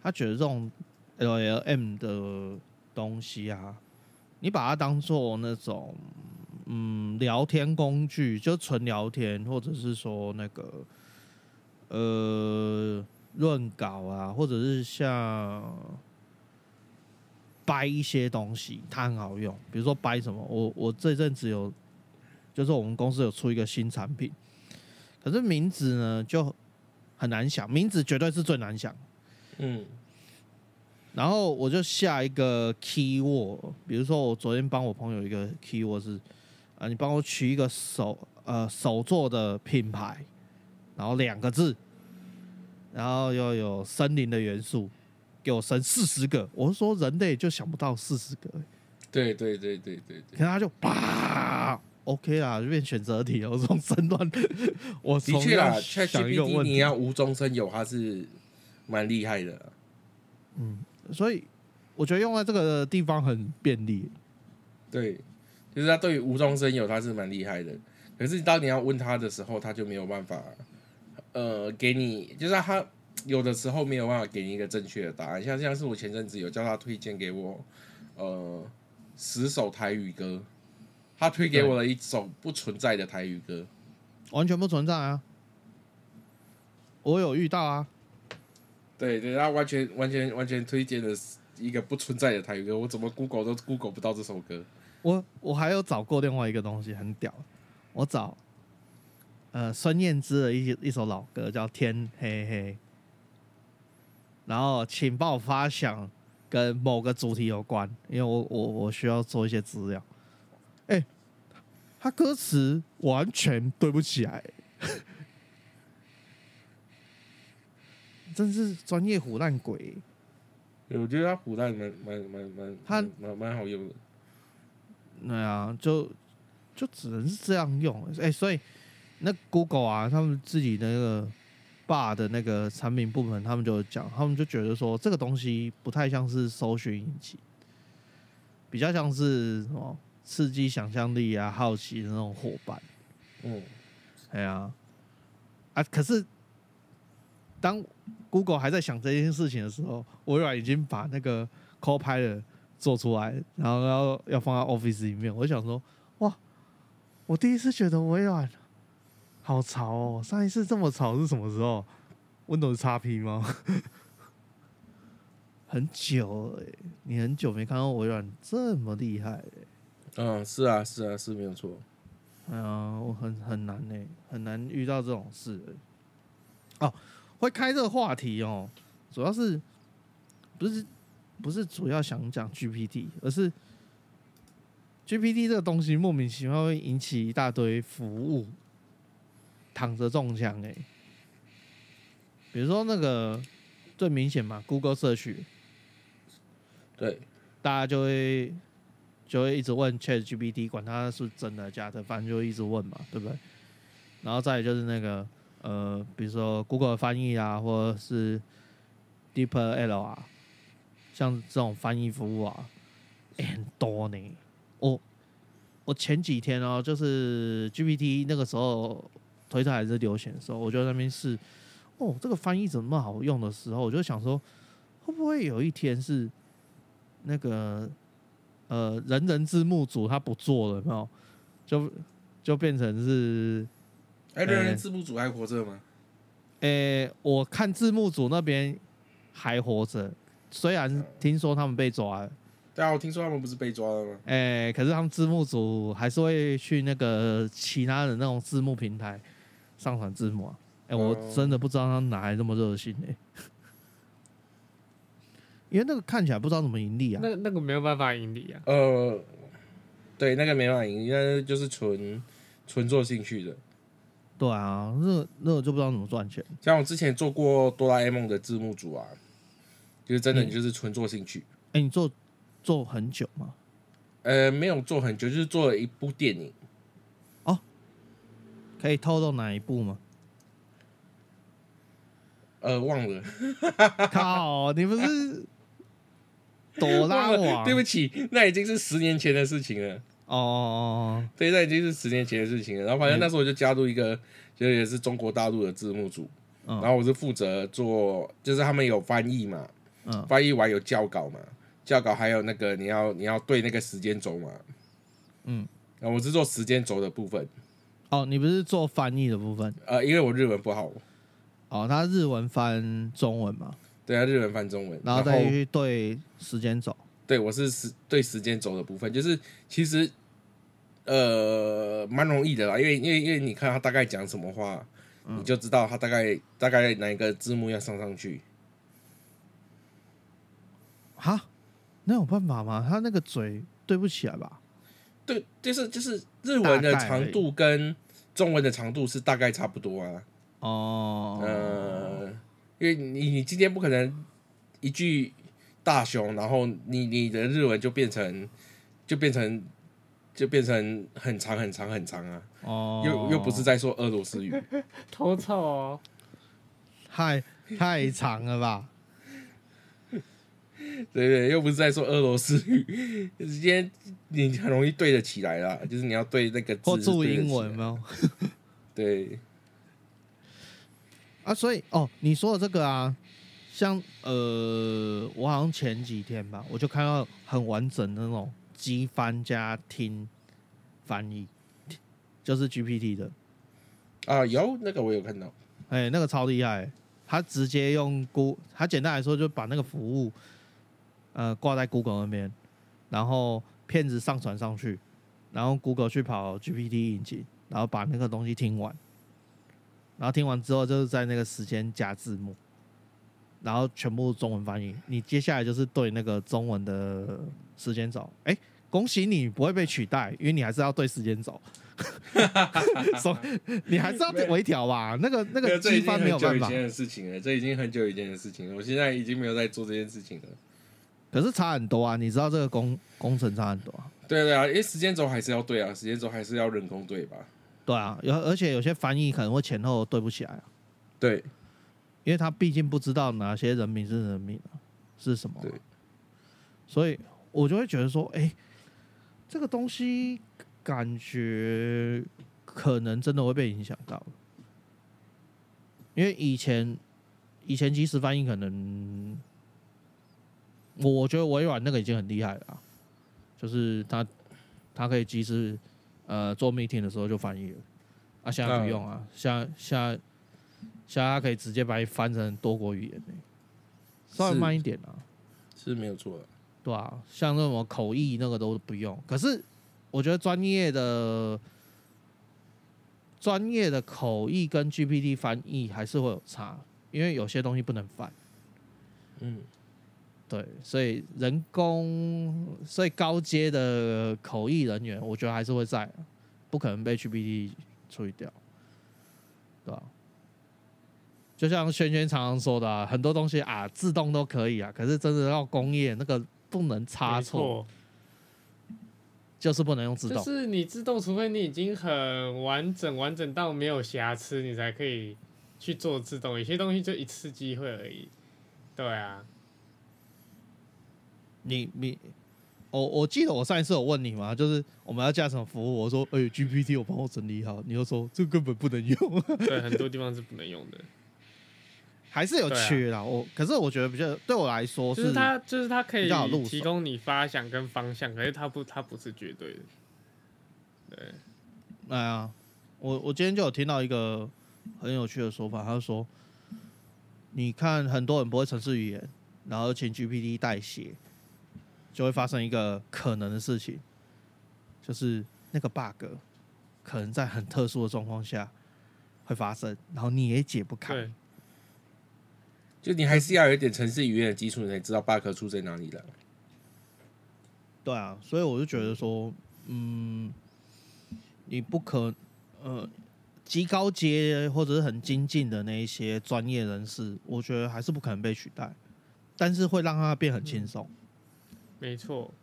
S2: 他觉得这种 L L M 的东西啊，你把它当做那种嗯聊天工具，就纯聊天，或者是说那个呃润稿啊，或者是像掰一些东西，它很好用。比如说掰什么，我我这阵子有，就是我们公司有出一个新产品，可是名字呢就很难想，名字绝对是最难想。
S3: 嗯，
S2: 然后我就下一个 keyword，比如说我昨天帮我朋友一个 keyword 是，啊，你帮我取一个手呃手做的品牌，然后两个字，然后又有森林的元素，给我生四十个，我是说人类就想不到四十个、欸，
S3: 对对对对对
S2: 可是他就啪，OK 啦，就变选择题了。我从争 论，我
S3: 对，的
S2: 从
S3: 确啦
S2: 要想一个
S3: ，ChatGPT
S2: 问
S3: 你
S2: 题，
S3: 要无中生有，它是蛮厉害的。啊
S2: 所以我觉得用在这个地方很便利。
S3: 对，就是他对于无中生有，他是蛮厉害的。可是当你要问他的时候，他就没有办法，呃，给你，就是他有的时候没有办法给你一个正确的答案。像像是我前阵子有叫他推荐给我，呃，十首台语歌，他推给我了一首不存在的台语歌。
S2: 完全不存在啊！我有遇到啊，
S3: 对对，他完全完全完全推荐的一个不存在的台语歌，我怎么 Google 都 Google 不到这首歌。
S2: 我我还有找过另外一个东西，很屌。我找呃孙燕姿的一一首老歌叫《天黑黑》，然后请帮我发想跟某个主题有关，因为我我我需要做一些资料。哎、他歌词完全对不起来， 真是专业胡烂鬼、
S3: 我觉得他古代蛮蛮蛮蛮，
S2: 他
S3: 蛮蛮好用的。
S2: 对啊，就就只能是这样用。哎、所以那 Google 啊，他们自己的那个 bar 的那个产品部门，他们就讲，他们就觉得说这个东西不太像是搜寻引擎，比较像是什么刺激想象力啊、好奇的那种伙伴。
S3: 嗯。
S2: 哎呀、啊，可是当 Google 还在想这件事情的时候，微软已经把那个 Copilot 做出来，然后要要放到 Office 里面。我想说，哇，我第一次觉得微软好潮哦！上一次这么潮是什么时候？Windows XP 吗？ 很久哎、你很久没看到微软这么厉害、欸。
S3: 嗯，是啊，是啊，是没有错。
S2: 哎呀，我很很难呢、很难遇到这种事、哦，会开这个话题哦，主要是不是不是主要想讲 GPT，而是 GPT 这个东西莫名其妙会引起一大堆服务躺着中枪哎、比如说那个最明显嘛，Google 社区
S3: 对，
S2: 大家就会就会一直问 Chat GPT，管它是真的假的，反正就一直问嘛，对不对？然后再来就是那个呃，比如说 Google 的翻译啊，或者是 DeepL 啊，像这种翻译服务啊，欸很多呢。我我前几天哦，就是 GPT 那个时候推特还是流行的时候，我就在那边试，哦，这个翻译怎么那么好用的时候，我就想说，会不会有一天是那个呃人人字幕组他不做了，有没有？就就变成是，
S3: 哎，人人字幕组还活着吗？
S2: 诶、我看字幕组那边还活着，虽然听说他们被抓了，
S3: 对啊，我听说他们不是被抓了吗？
S2: 诶、可是他们字幕组还是会去那个其他的那种字幕平台上传字幕啊。诶、我
S3: 哦
S2: 真的不知道他哪来那么热心诶、 因为那个看起来不知道怎么盈利啊。
S4: 那那个没有办法盈利啊。
S3: 呃，对，那个没办法赢，那就是纯纯做兴趣的。
S2: 对啊，那那个就不知道怎么赚钱。
S3: 像我之前做过哆啦 A 梦的字幕组啊，就是真的你就是纯做兴趣，
S2: 诶、哎你做做很久吗？
S3: 呃，没有做很久，就是做了一部电影，
S2: 可以透露哪一部 吗？
S3: 呃，忘了，
S2: 靠，你不 是朵拉
S3: 忘了
S2: 王？
S3: 对不起，那已经是十年前的事情了。
S2: 哦，
S3: 对，那已经是十年前的事情了。然后反
S2: 嗯
S3: 正那时候我就加入一个，就是也是中国大陆的字幕组，
S2: 嗯
S3: 然后我是负责做，就是他们有翻译嘛，
S2: 嗯
S3: 翻译完有校稿嘛，校稿还有那个你要你要对那个时间轴嘛，
S2: 嗯，
S3: 然后我是做时间轴的部分，
S2: 哦，你不是做翻译的部分？
S3: 呃，因为我日文不好，
S2: 哦，他日文翻中文嘛，
S3: 对啊，日文翻中文，
S2: 然后再去对时间轴。
S3: 对我是时对时间轴的部分，就是其实呃蛮容易的啦，因为因为因为你看他大概讲什么话，
S2: 嗯
S3: 你就知道他大概大概哪一个字幕要上上去。
S2: 哈，那有办法吗？他那个嘴对不起来吧？
S3: 对，就是就是日文的
S2: 大概而已
S3: 长度跟中文的长度是大概差不多啊。呃
S2: 哦，
S3: 呃，因为你你今天不可能一句大熊，然后你你的日文就变成就变成就变成很长很长很长啊，
S2: 哦，
S3: 又又不是在说俄罗斯语，
S4: 头臭哦，
S2: 太太长了吧？
S3: 对不对？又不是在说俄罗斯语，今天你很容易对得起来啦， 就是你要对那个字
S2: 或注
S3: 对得
S2: 英
S3: 起
S2: 文
S3: 来，
S2: 吗？
S3: 对，
S2: 啊，所以哦，你说的这个啊，像呃，我好像前几天吧，我就看到很完整的那种机翻加听翻译，就是 GPT 的，
S3: 啊，有那个我有看到，
S2: 哎、那个超厉害、他直接用 Go，他简单来说就把那个服务呃挂在 Google 那边，然后片子上传上去，然后 Google 去跑 GPT 引擎，然后把那个东西听完，然后听完之后就是在那个时间加字幕，然后全部中文翻译。你接下来就是对那个中文的时间轴，哎、恭喜你不会被取代，因为你还是要对时间轴。 所以你还是要微调吧，那个那
S3: 那
S2: 个
S3: 这已
S2: 机
S3: 经
S2: 翻没
S3: 很
S2: 有
S3: 久
S2: 办
S3: 以
S2: 法。
S3: 前的事情了，这已经很久以前的事情了，我现在已经没有在做这件事情了。
S2: 可是差很多啊！你知道这个工工程差很多啊。
S3: 对啊对啊，因为时间轴还是要对啊，时间轴还是要人工对吧？
S2: 对啊，有而且有些翻译可能会前后对不起来啊，
S3: 对，
S2: 因为他毕竟不知道哪些人名是人名啊、是什么啊、
S3: 对
S2: 所以我就会觉得说，哎、这个东西感觉可能真的会被影响到，因为以前以前即时翻译可能，我我觉得微软那个已经很厉害了啊、就是它它可以及时呃做 meeting 的时候就翻译了，啊现在不用啊，现在现在现在它可以直接把你翻成多国语言、欸、稍微
S3: 是
S2: 慢一点啊。
S3: 是没有错的。
S2: 对啊，像那种口译那个都不用。可是我觉得专业的专业的口译跟 GPT 翻译还是会有差，因为有些东西不能翻。
S3: 嗯，
S2: 对，所以人工，所以高阶的口译人员，我觉得还是会在啊，不可能被 GPT 处理掉，对吧、就像轩轩常常说的、啊，很多东西啊，自动都可以啊，可是真的要工业那个不能差
S4: 没
S2: 错，，就是不能用自
S4: 就
S2: 动。
S4: 是你自动，除非你已经很完整，完整到没有瑕疵，你才可以去做自动。有些东西就一次机会而已。对 啊，
S2: 你你，我我记得我上一次有问你嘛，就是我们要加什么服务，我说，哎、g p t 我帮我整理好，你又说这根本不能用，
S4: 对，很多地方是不能用的。
S2: 还是有缺啦。我可是我觉得比较对我来说
S4: 就是它，就是它可
S2: 比
S4: 以
S2: 较好入手
S4: 提供你发想跟方向，可是它不，它不是绝对的。对，
S2: 哎呀，我我今天就有听到一个很有趣的说法，他就说，你看很多人不会程式语言，然后请 GPT 代写，就会发生一个可能的事情，就是那个 bug 可能在很特殊的状况下会发生，然后你也解不开。
S4: 对，
S3: 就你还是要有一点城市语言的基础，你才知道 bug 出在哪里
S2: 哦
S3: 了。
S2: 对啊，所以我就觉得说，嗯，你不可，呃，极高阶或者是很精进的那一些专业人士，我觉得还是不可能被取代，但是会让他变很
S4: 嗯
S2: 轻松，
S4: 没错。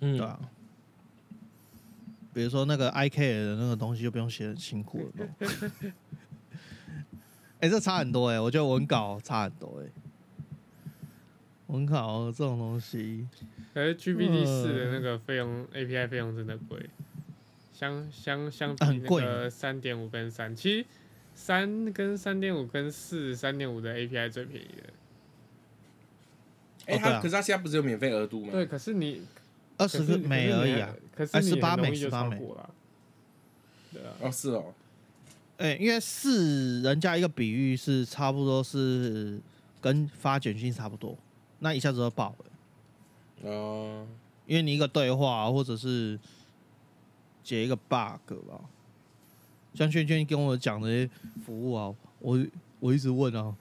S3: 嗯
S2: 对啊。比如说那个 I K 的那个东西就不用写得很辛苦了嘛。哎、这差很多哎、我觉得文稿差很多哎、文稿这种东西，
S4: 可是
S2: 嗯
S4: GPT 四的那个费用、API 费用真的贵，相相相比
S2: 啊很
S4: 那
S2: 贵
S4: 个三点五跟三，其实三跟三点五跟四三点五的 API 最便宜的。
S3: 哎、
S2: 哦对
S3: 他、
S2: 啊
S3: 可是他现在不是有免费额度吗？
S4: 对，可是你
S2: 二
S4: 可
S2: 十
S4: 是
S2: 个美而已啊。，
S4: 可是
S2: 哎
S4: 你
S2: 18
S4: 很容
S2: 美
S4: 易就
S2: 18
S4: 超
S2: 美
S4: 过了。对啊，
S3: 哦，是哦，
S2: 哎、因为是人家一个比喻是差不多是跟发简讯差不多，那一下子就爆了。
S3: 哦，
S2: 因为你一个对话啊或者是解一个 bug 吧，像圈圈跟我讲的那些服务啊，我我一直问啊，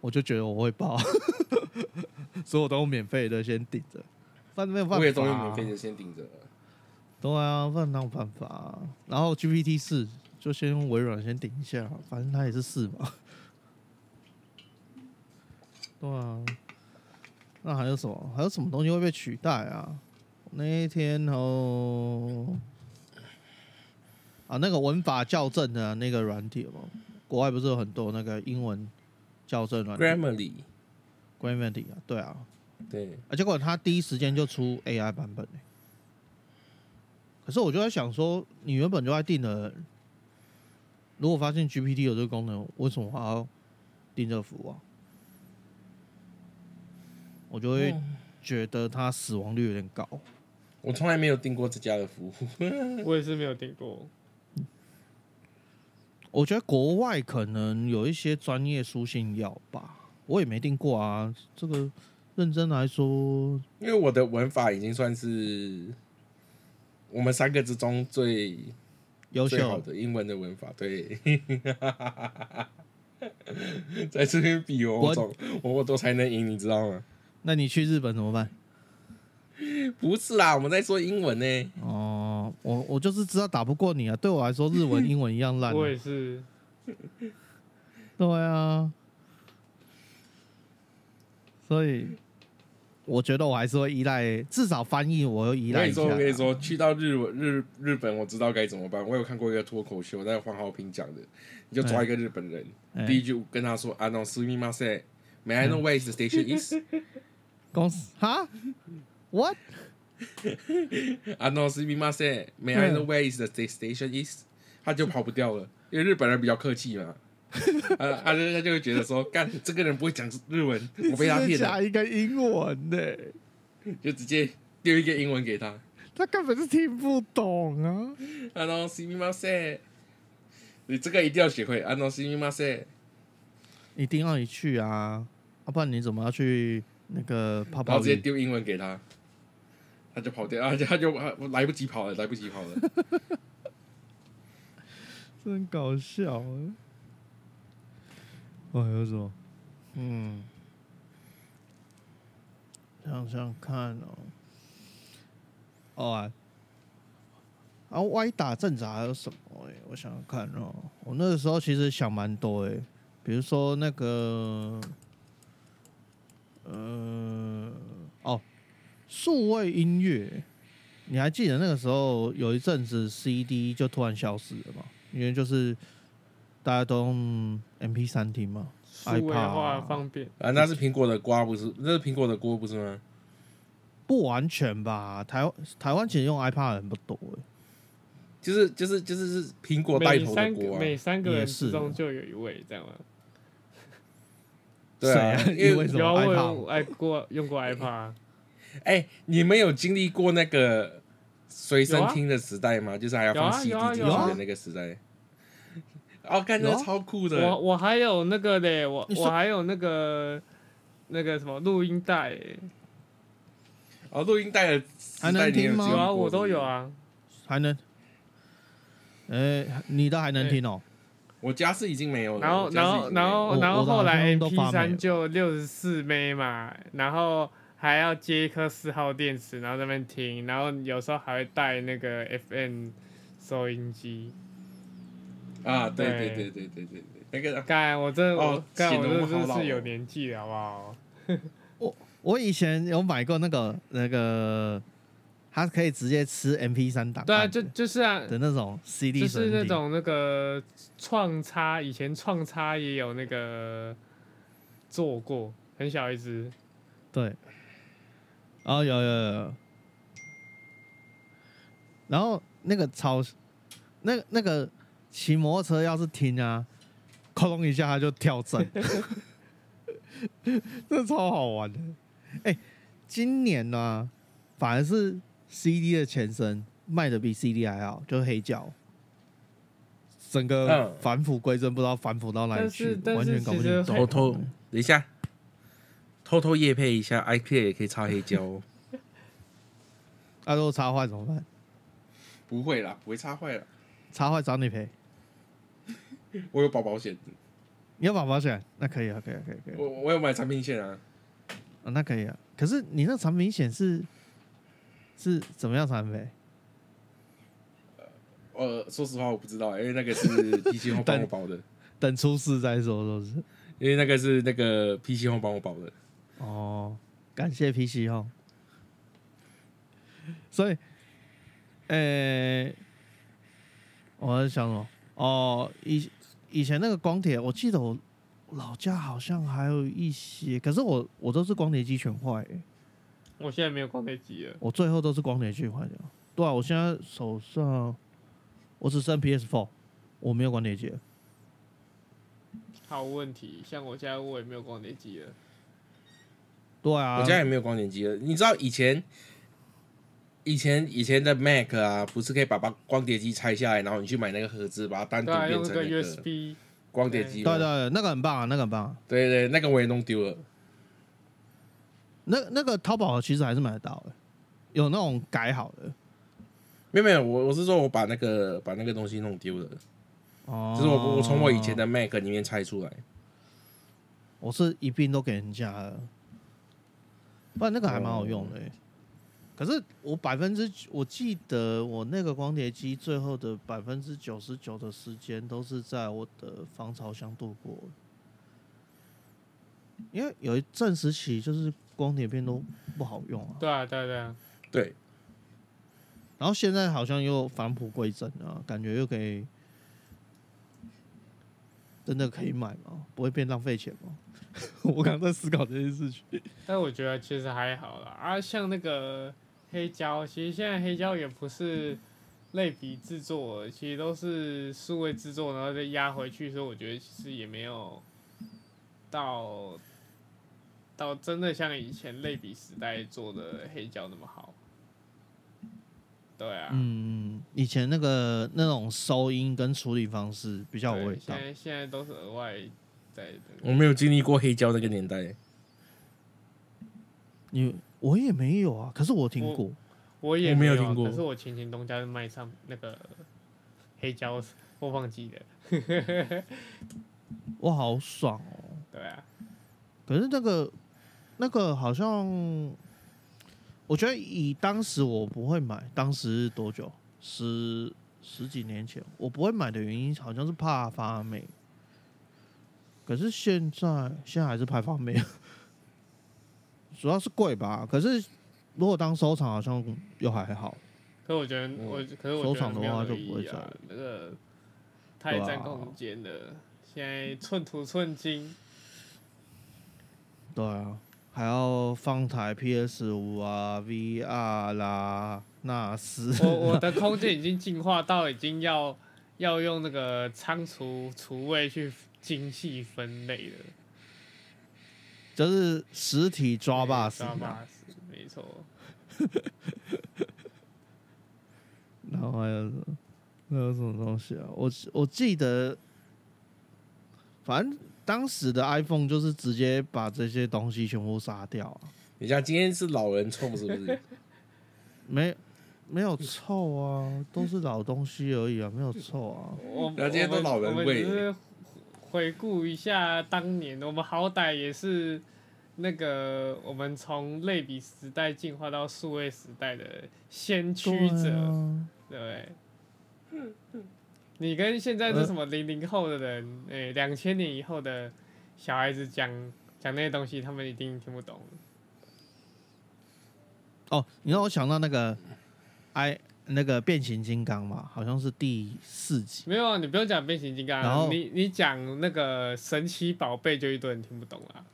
S2: 我就觉得我会爆， 所以我都用免费的先顶着，但没有办法、啊，
S3: 我也都用免费的先顶着了。
S2: 对啊，不然哪有办法啊、然后 GPT 四就先用微软先顶一下，反正它也是四嘛。 对啊，那还有什么？还有什么东西会被取代啊？那一天哦，啊，那个文法校正的啊那个软体嘛，国外不是有很多那个英文校正软体
S3: Grammarly，
S2: Grammarly 啊？对啊，
S3: 对，
S2: 啊，结果他第一时间就出 AI 版本、欸、可是我就在想说，你原本就在定了，如果发现 GPT 有这个功能，为什么还要定这个服务啊？我就会觉得它死亡率有点高。
S3: 我从来没有订过这家的服务。嗯
S4: 我也是没有订过。
S2: 我觉得国外可能有一些专业书信要吧，我也没定过啊。这个认真来说，
S3: 因为我的文法已经算是我们三个之中最
S2: 优
S3: 最好
S2: 秀
S3: 的英文的文法。对， 在这边比我，
S2: 我
S3: 我总我我都才能赢，你知道吗？
S2: 那你去日本怎么办？
S3: 不是啦，我们在说英文呢。
S2: 哦，我我就是知道打不过你啊，对我来说日文、英文一样烂、啊。
S4: 我也是，
S2: 对啊，所以我觉得我还是会依赖，至少翻译我会依
S3: 我
S2: 赖一
S3: 跟你
S2: 下。
S3: 说，我跟你说，去到日文日日本，我知道该怎么办。我有看过一个脱口秀，在黄浩平讲的，你就抓一个日本人，
S2: 哎，
S3: 第一句跟他说：“啊，no，すみません，May I know where is the station is？”
S2: 公司哈，what？
S3: 啊，no，是密码噻。May I know where is the sta- station is？他就跑不掉了，因为日本人比较客气 嘛。啊，他就他就会觉得说，干这个人不会讲日 文， 我被他
S2: 直接
S3: 骗
S2: 加
S3: 了，
S2: 一个英文呢、
S3: 就直接丢一个英文给他。
S2: 他根本是听不懂 啊。
S3: 啊，no，是密码噻。你这个一定要学会。啊，no，是密码噻。
S2: 一定要你去啊，要、不然你怎么要去那个泡
S3: 然
S2: 泡
S3: 后直接
S2: 浴？
S3: 丢英文给他，他就跑掉，啊，他就啊我来不及跑了，来不及跑了。
S2: 真搞笑啊！哦，还有什么？嗯，想想看哦，哦啊，啊歪打正着还有什么、欸？我想想看哦，我那个时候其实想蛮多诶、比如说那个，呃，哦，数位音乐，欸你还记得那个时候有一阵子 CD 就突然消失了嘛？因为就是大家都用 MP 三听嘛，
S4: 数位化方便，
S3: 啊，那是苹果的瓜不是？那是苹果的锅不是吗？
S2: 不完全吧？台台湾其实用 iPad 的人不多、欸，
S3: 就是就是就是是苹果带
S4: 每
S3: 头的
S4: 三个
S3: 锅啊。
S4: 每三个人
S2: 也是
S4: 之中就有一位，这样吗？
S3: 对啊，
S2: 谁啊
S3: 因
S2: 你为
S3: 为
S2: 什么
S4: 有啊，我
S2: iPad？
S4: 有爱过用过 iPad，啊
S3: 哎、你们有经历过那个随身听的时代吗？就是还要放
S4: 有啊
S3: CD
S4: 有啊
S3: 进去
S4: 有
S2: 啊
S3: 的那个时代。哦，干
S2: 有啊
S3: 那超酷
S4: 我
S3: 的！
S4: 我还有那个嘞，我
S2: 你说
S4: 我还有那个那个什么录音带欸，
S3: 哦，录音带的时
S2: 还
S3: 代
S2: 能
S3: 你
S2: 听
S3: 有经历
S2: 吗
S3: 过
S4: 有啊，我都有。啊。
S2: 还能，哎、你的还能听哦、
S3: 我家是已经没有了。
S4: 然后
S3: 哦我家
S4: 然
S3: 是
S4: 后
S3: 已经
S4: 然
S3: 没有
S2: 我
S4: 后
S3: 了
S4: 然后
S2: 我的好
S4: 后来
S2: 像都发
S4: MP
S2: 霉了
S4: 三就六十四枚嘛，然后还要接一颗四号电池，然后在那边听，然后有时候还会带那个 FN 收音机。
S3: 啊，对对
S4: 对
S3: 对对对对对，那个
S4: 干，我真的
S3: 哦
S4: 我干，
S3: 显
S4: 我
S3: 得我
S4: 这
S3: 们
S4: 真
S3: 好老
S4: 是
S3: 哦
S4: 有年纪了，好不
S2: 啊
S4: 好？
S2: 我以前有买过那个那个，它可以直接吃 MP 三档案
S4: 对啊，
S2: 的
S4: 就就是啊，
S2: 的那种 CD，
S4: 就是
S2: 随身
S4: 那
S2: 听
S4: 种那个创差，以前创差也有那个做过，很小一只，
S2: 对，哦有有有有，然后那个超，那那个骑摩托车要是停啊，哐隆一下它就跳 震，这超好玩的。哎、今年呢、反而是 CD 的前身卖的比 CD 还好，就是黑胶。整个
S3: 嗯
S2: 返璞归真，不知道返璞到哪里
S4: 但
S2: 去
S4: 是，但
S2: 完
S4: 是
S2: 全搞不
S4: 其
S2: 清
S4: 实
S2: 楚。
S3: 偷偷等一下，偷偷夜配一下，iPad 也可以插黑胶、哦。
S2: 啊那如果插坏怎么办？
S3: 不会啦，不会插坏了，
S2: 插坏找你赔。
S3: 我有保保险，
S2: 你要买保险？那可以啊，可以啊，可以啊，可以啊、
S3: 我我有买产品线啊。
S2: 啊那可以啊。可是你那产品险是是怎么样产品？
S3: 呃，说实话我不知道，因为那个是 PC 后帮我保的。
S2: 等出事再说，是不是？
S3: 因为那个是那个 PC 后帮我保的。
S2: 哦，感谢 PC 哦。所以，呃、我在想什么？哦，以以前那个光铁，我记得我老家好像还有一些，可是我我都是光铁机全坏、欸
S4: 我现在没有光碟机了，
S2: 我最后都是光碟去换掉。对啊，我现在手上我只剩 PS Four，我没有光碟机了。
S4: 好问题。像我家我也没有光碟机了，
S2: 对啊，
S3: 我家也没有光碟机了。你知道以前，以前以前的 Mac 啊，不是可以把把光碟机拆下来，然后你去买那个盒子，把它单独
S4: 对啊，
S3: 变
S4: 用
S3: 成
S4: 个
S3: 那个
S4: USB，
S3: 光碟机
S2: 对
S3: 吗？
S2: 对对，那个很棒啊，那个很棒、啊。
S3: 对对，那个我也弄丢了。
S2: 那那个淘宝其实还是买得到的，有那种改好的。
S3: 没有没有，我我是说我把那个把那个东西弄丢了，
S2: 哦，
S3: 就是我我从我以前的 Mac 里面拆出来。
S2: 我是一并都给人家了，不然那个还蛮好用的欸、可是我百分之，我记得我那个光碟机最后的百分之九十九的时间都是在我的防潮箱度过的，因为有一阵时期就是光碟片都不好用啊，
S4: 对啊，对啊，对啊，
S3: 对，
S2: 然后现在好像又返璞归真啊，感觉又可以，真的可以买吗？不会变浪费钱吗？ 我刚刚在思考这件事情。
S4: 但我觉得其实还好啦。啊，像那个黑胶，其实现在黑胶也不是类比制作了，其实都是数位制作，然后再压回去，所以我觉得其实也没有到到真的像以前类比时代做的黑胶那么好。对啊，
S2: 嗯，以前那个那种收音跟处理方式比较有味
S4: 对，
S2: 道
S4: 现。在现在都是额外在那个
S3: 我没有经历过黑胶那个年代。
S2: 你我也没有啊，可是我听
S4: 我
S2: 过。
S4: 我也
S3: 我没有
S4: 有
S3: 听过
S4: 可是我前前东家是卖唱那个黑胶播放机的，
S2: 哇，好爽哦！
S4: 对啊，
S2: 可是那个那个好像，我觉得以当时我不会买，当时多久？十十几年前我不会买的原因，好像是怕发霉。可是现在现在还是怕发霉， 主要是贵吧。可是如果当收藏，好像又还好。
S4: 可我觉得我可是
S2: 嗯
S4: 我
S2: 收
S4: 觉得
S2: 藏的
S4: 没有
S2: 话
S4: 那么
S2: 就不会
S4: 意义啊
S2: 在意，
S4: 那个太占空间了。现在寸土 寸金，
S2: 对啊，还要放台 PS 五啊、VR 啦、纳斯。
S4: 我我的空间已经进化到已经要要用那个仓储厨卫去精细分类了。
S2: 就是实体抓把式
S4: 抓
S2: 啊，
S4: 把式，没错。
S2: 然后还有什么还有什么东西啊？我我记得，反正当时的 iPhone 就是直接把这些东西全部杀掉啊，
S3: 你家今天是老人臭是不是？
S2: 没没有臭啊，都是老东西而已啊，没有臭 啊。
S4: 我
S3: 那今天都老人
S4: 我们我们
S3: 味
S4: 只是回顾一下当年，我们好歹也是那个我们从类比时代进化到数位时代的先驱者，
S2: 对啊，
S4: 对不对？你跟现在是什么零零后的人，诶、两千年以后的小孩子讲讲那些东西，他们一定听不懂。
S2: 哦，你让我想到那个 i 那个变形金刚嘛，好像是第四集。
S4: 没有啊，你不用讲变形金刚
S2: 然
S4: 啊，
S2: 后
S4: 你你讲那个神奇宝贝就一堆人听不懂啦。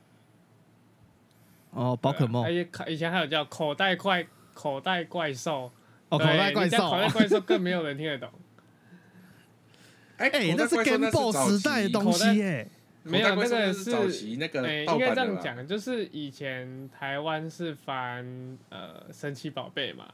S2: 哦，宝可梦
S4: 而且以前还有叫口袋怪口袋怪兽，
S2: 哦，口
S4: 对
S2: 袋怪
S4: 你
S2: 兽
S4: 讲口袋
S2: 啊，
S4: 怪兽更没有人听得懂，
S3: 哎
S2: 哎，那是 Game Boy 时代的东
S4: 口袋
S2: 西哎，
S4: 没有那个
S3: 是早期那个
S4: 哎、
S3: 盗
S4: 应
S3: 版
S4: 该这
S3: 的
S4: 样
S3: 啦。
S4: 讲，就是以前台湾是翻呃神奇宝贝嘛，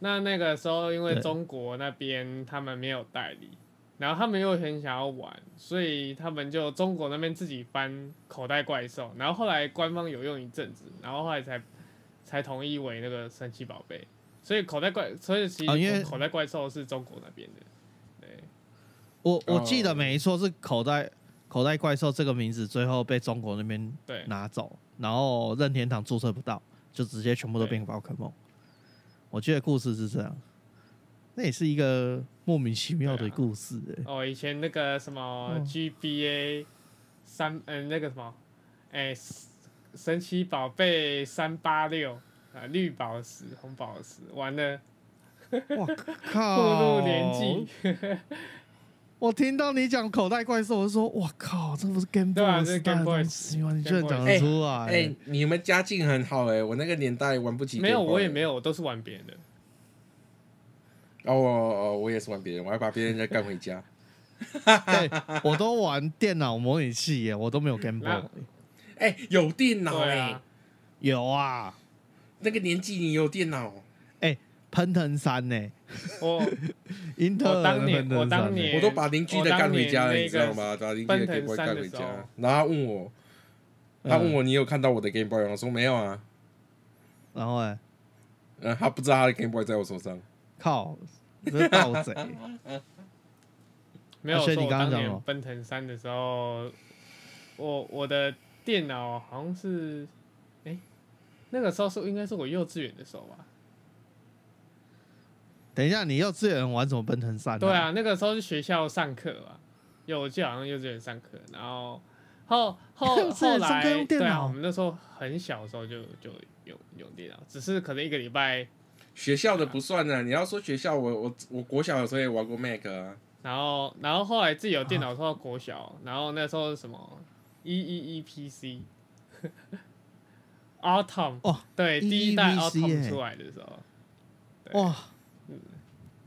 S4: 那那个时候因为
S2: 对
S4: 中国那边他们没有代理，然后他们又很想要玩，所以他们就中国那边自己翻口袋怪兽，然后后来官方有用一阵子，然后后来才才同意为那个神奇宝贝，所以口袋怪，所以其
S2: 啊因为
S4: 实口袋怪兽是中国那边的，对。
S2: 我我
S3: 哦
S2: 记得没错，是口袋口袋怪兽这个名字最后被中国那边
S4: 对
S2: 拿走，然后任天堂注册不到，就直接全部都变宝可梦。我记得故事是这样，那也是一个莫名其妙的
S4: 对啊
S2: 故事、欸。
S4: 哦，以前那个什么
S2: 嗯
S4: GBA、三呃那个什么，哎、神奇宝贝三八六啊，绿宝石、红宝石，完了，
S2: 哇
S4: 步
S2: 靠！
S4: 入年纪，
S2: 我听到你讲口袋怪兽，我就说哇靠，这不是 Game
S4: 对
S2: Boy
S4: 啊
S2: 的
S4: 这
S2: 时
S4: 是
S2: 代的
S4: Game Boy
S2: 东西吗？你居
S4: Game
S2: 然
S4: Boy
S2: 讲
S3: 哎
S2: 得出来？
S3: 哎、你们家境很好哎、我那个年代玩不起。
S4: 没有我也没。有，我都是玩别人的。
S3: 哦哦哦，我也是玩别人，我还把别人家干回 家。
S2: 对，哎我都玩电脑模拟器耶，我都没有 Game
S4: 那
S2: Boy。
S3: 哎、有电脑哎、
S4: 对啊，
S2: 有啊，
S3: 那个年纪你有电脑，
S2: 喷腾三呢，
S4: 我
S2: 英特尔的
S4: 我当年
S2: 喷
S4: 我
S2: 腾
S4: 当
S2: 三呢
S4: 年
S3: 我都把邻居的干回家了，
S4: 我当年
S3: 你知道吗？把邻居的 Game Boy 干回家
S4: 奔腾山的时候，
S3: 然后他问我，他问我你有看到我的 Game Boy 吗？我说没有啊，
S2: 然后哎，
S3: 呃，他不知道他的 Game Boy 在我手上。
S2: 靠，这是盗 贼，
S4: 没有
S2: 啊所以
S4: 说，
S2: 你
S4: 我
S2: 刚刚
S4: 当
S2: 讲什
S4: 年
S2: 么
S4: 奔腾山的时候，我我的电脑好像是，哎、那个时候是应该是我幼稚园的时候吧？
S2: 等一下，你幼稚园玩什么奔腾三？
S4: 对，啊，那个时候是学校上课吧？有，我记得好像幼稚园上课，然后后后
S2: 幼稚
S4: 后
S2: 园上课
S4: 来
S2: 用电
S4: 对啊，
S2: 脑
S4: 我们那时候很小的时候就就用用电脑，只是可能一个礼拜，
S3: 学校的不算啊，你要说学校，我我我国小的时候也玩过 Mac 啊，
S4: 然后然后后来自己有电脑之后国小，然后那时候是什么，E，一一一 PC。Autumn
S2: 哦，
S4: 对，第一代
S2: EEVC
S4: Autumn
S2: 耶
S4: 出来的时候，对
S2: 哇，